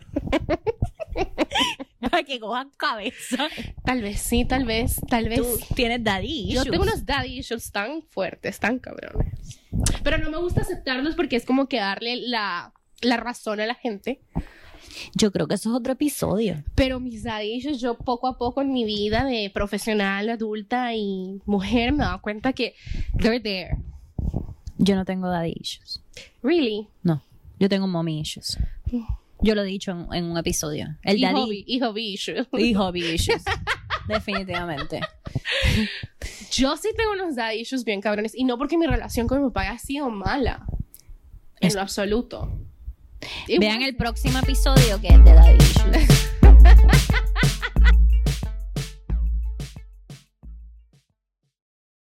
S1: para que cojan cabeza.
S3: Tal vez sí, tal vez, tal vez.
S1: Tú tienes daddy
S3: Yo
S1: issues.
S3: tengo unos daddy issues tan fuertes, tan cabrones. Pero no me gusta aceptarlos porque es como que darle la, la razón a la gente.
S1: Yo creo que eso es otro episodio.
S3: Pero mis daddy issues, yo poco a poco en mi vida de profesional, adulta y mujer me he dado cuenta que they're there.
S1: Yo no tengo daddy issues.
S3: Really.
S1: No. Yo tengo mommy issues. Yo lo he dicho en, en un episodio. El
S3: y
S1: daddy
S3: hobby, y hobby issues.
S1: y hobby issues. Definitivamente.
S3: Yo sí tengo unos daddy issues bien cabrones. Y no porque mi relación con mi papá ha sido mala. En
S1: Es-
S3: lo absoluto.
S1: Vean el próximo episodio que es de daddy issues.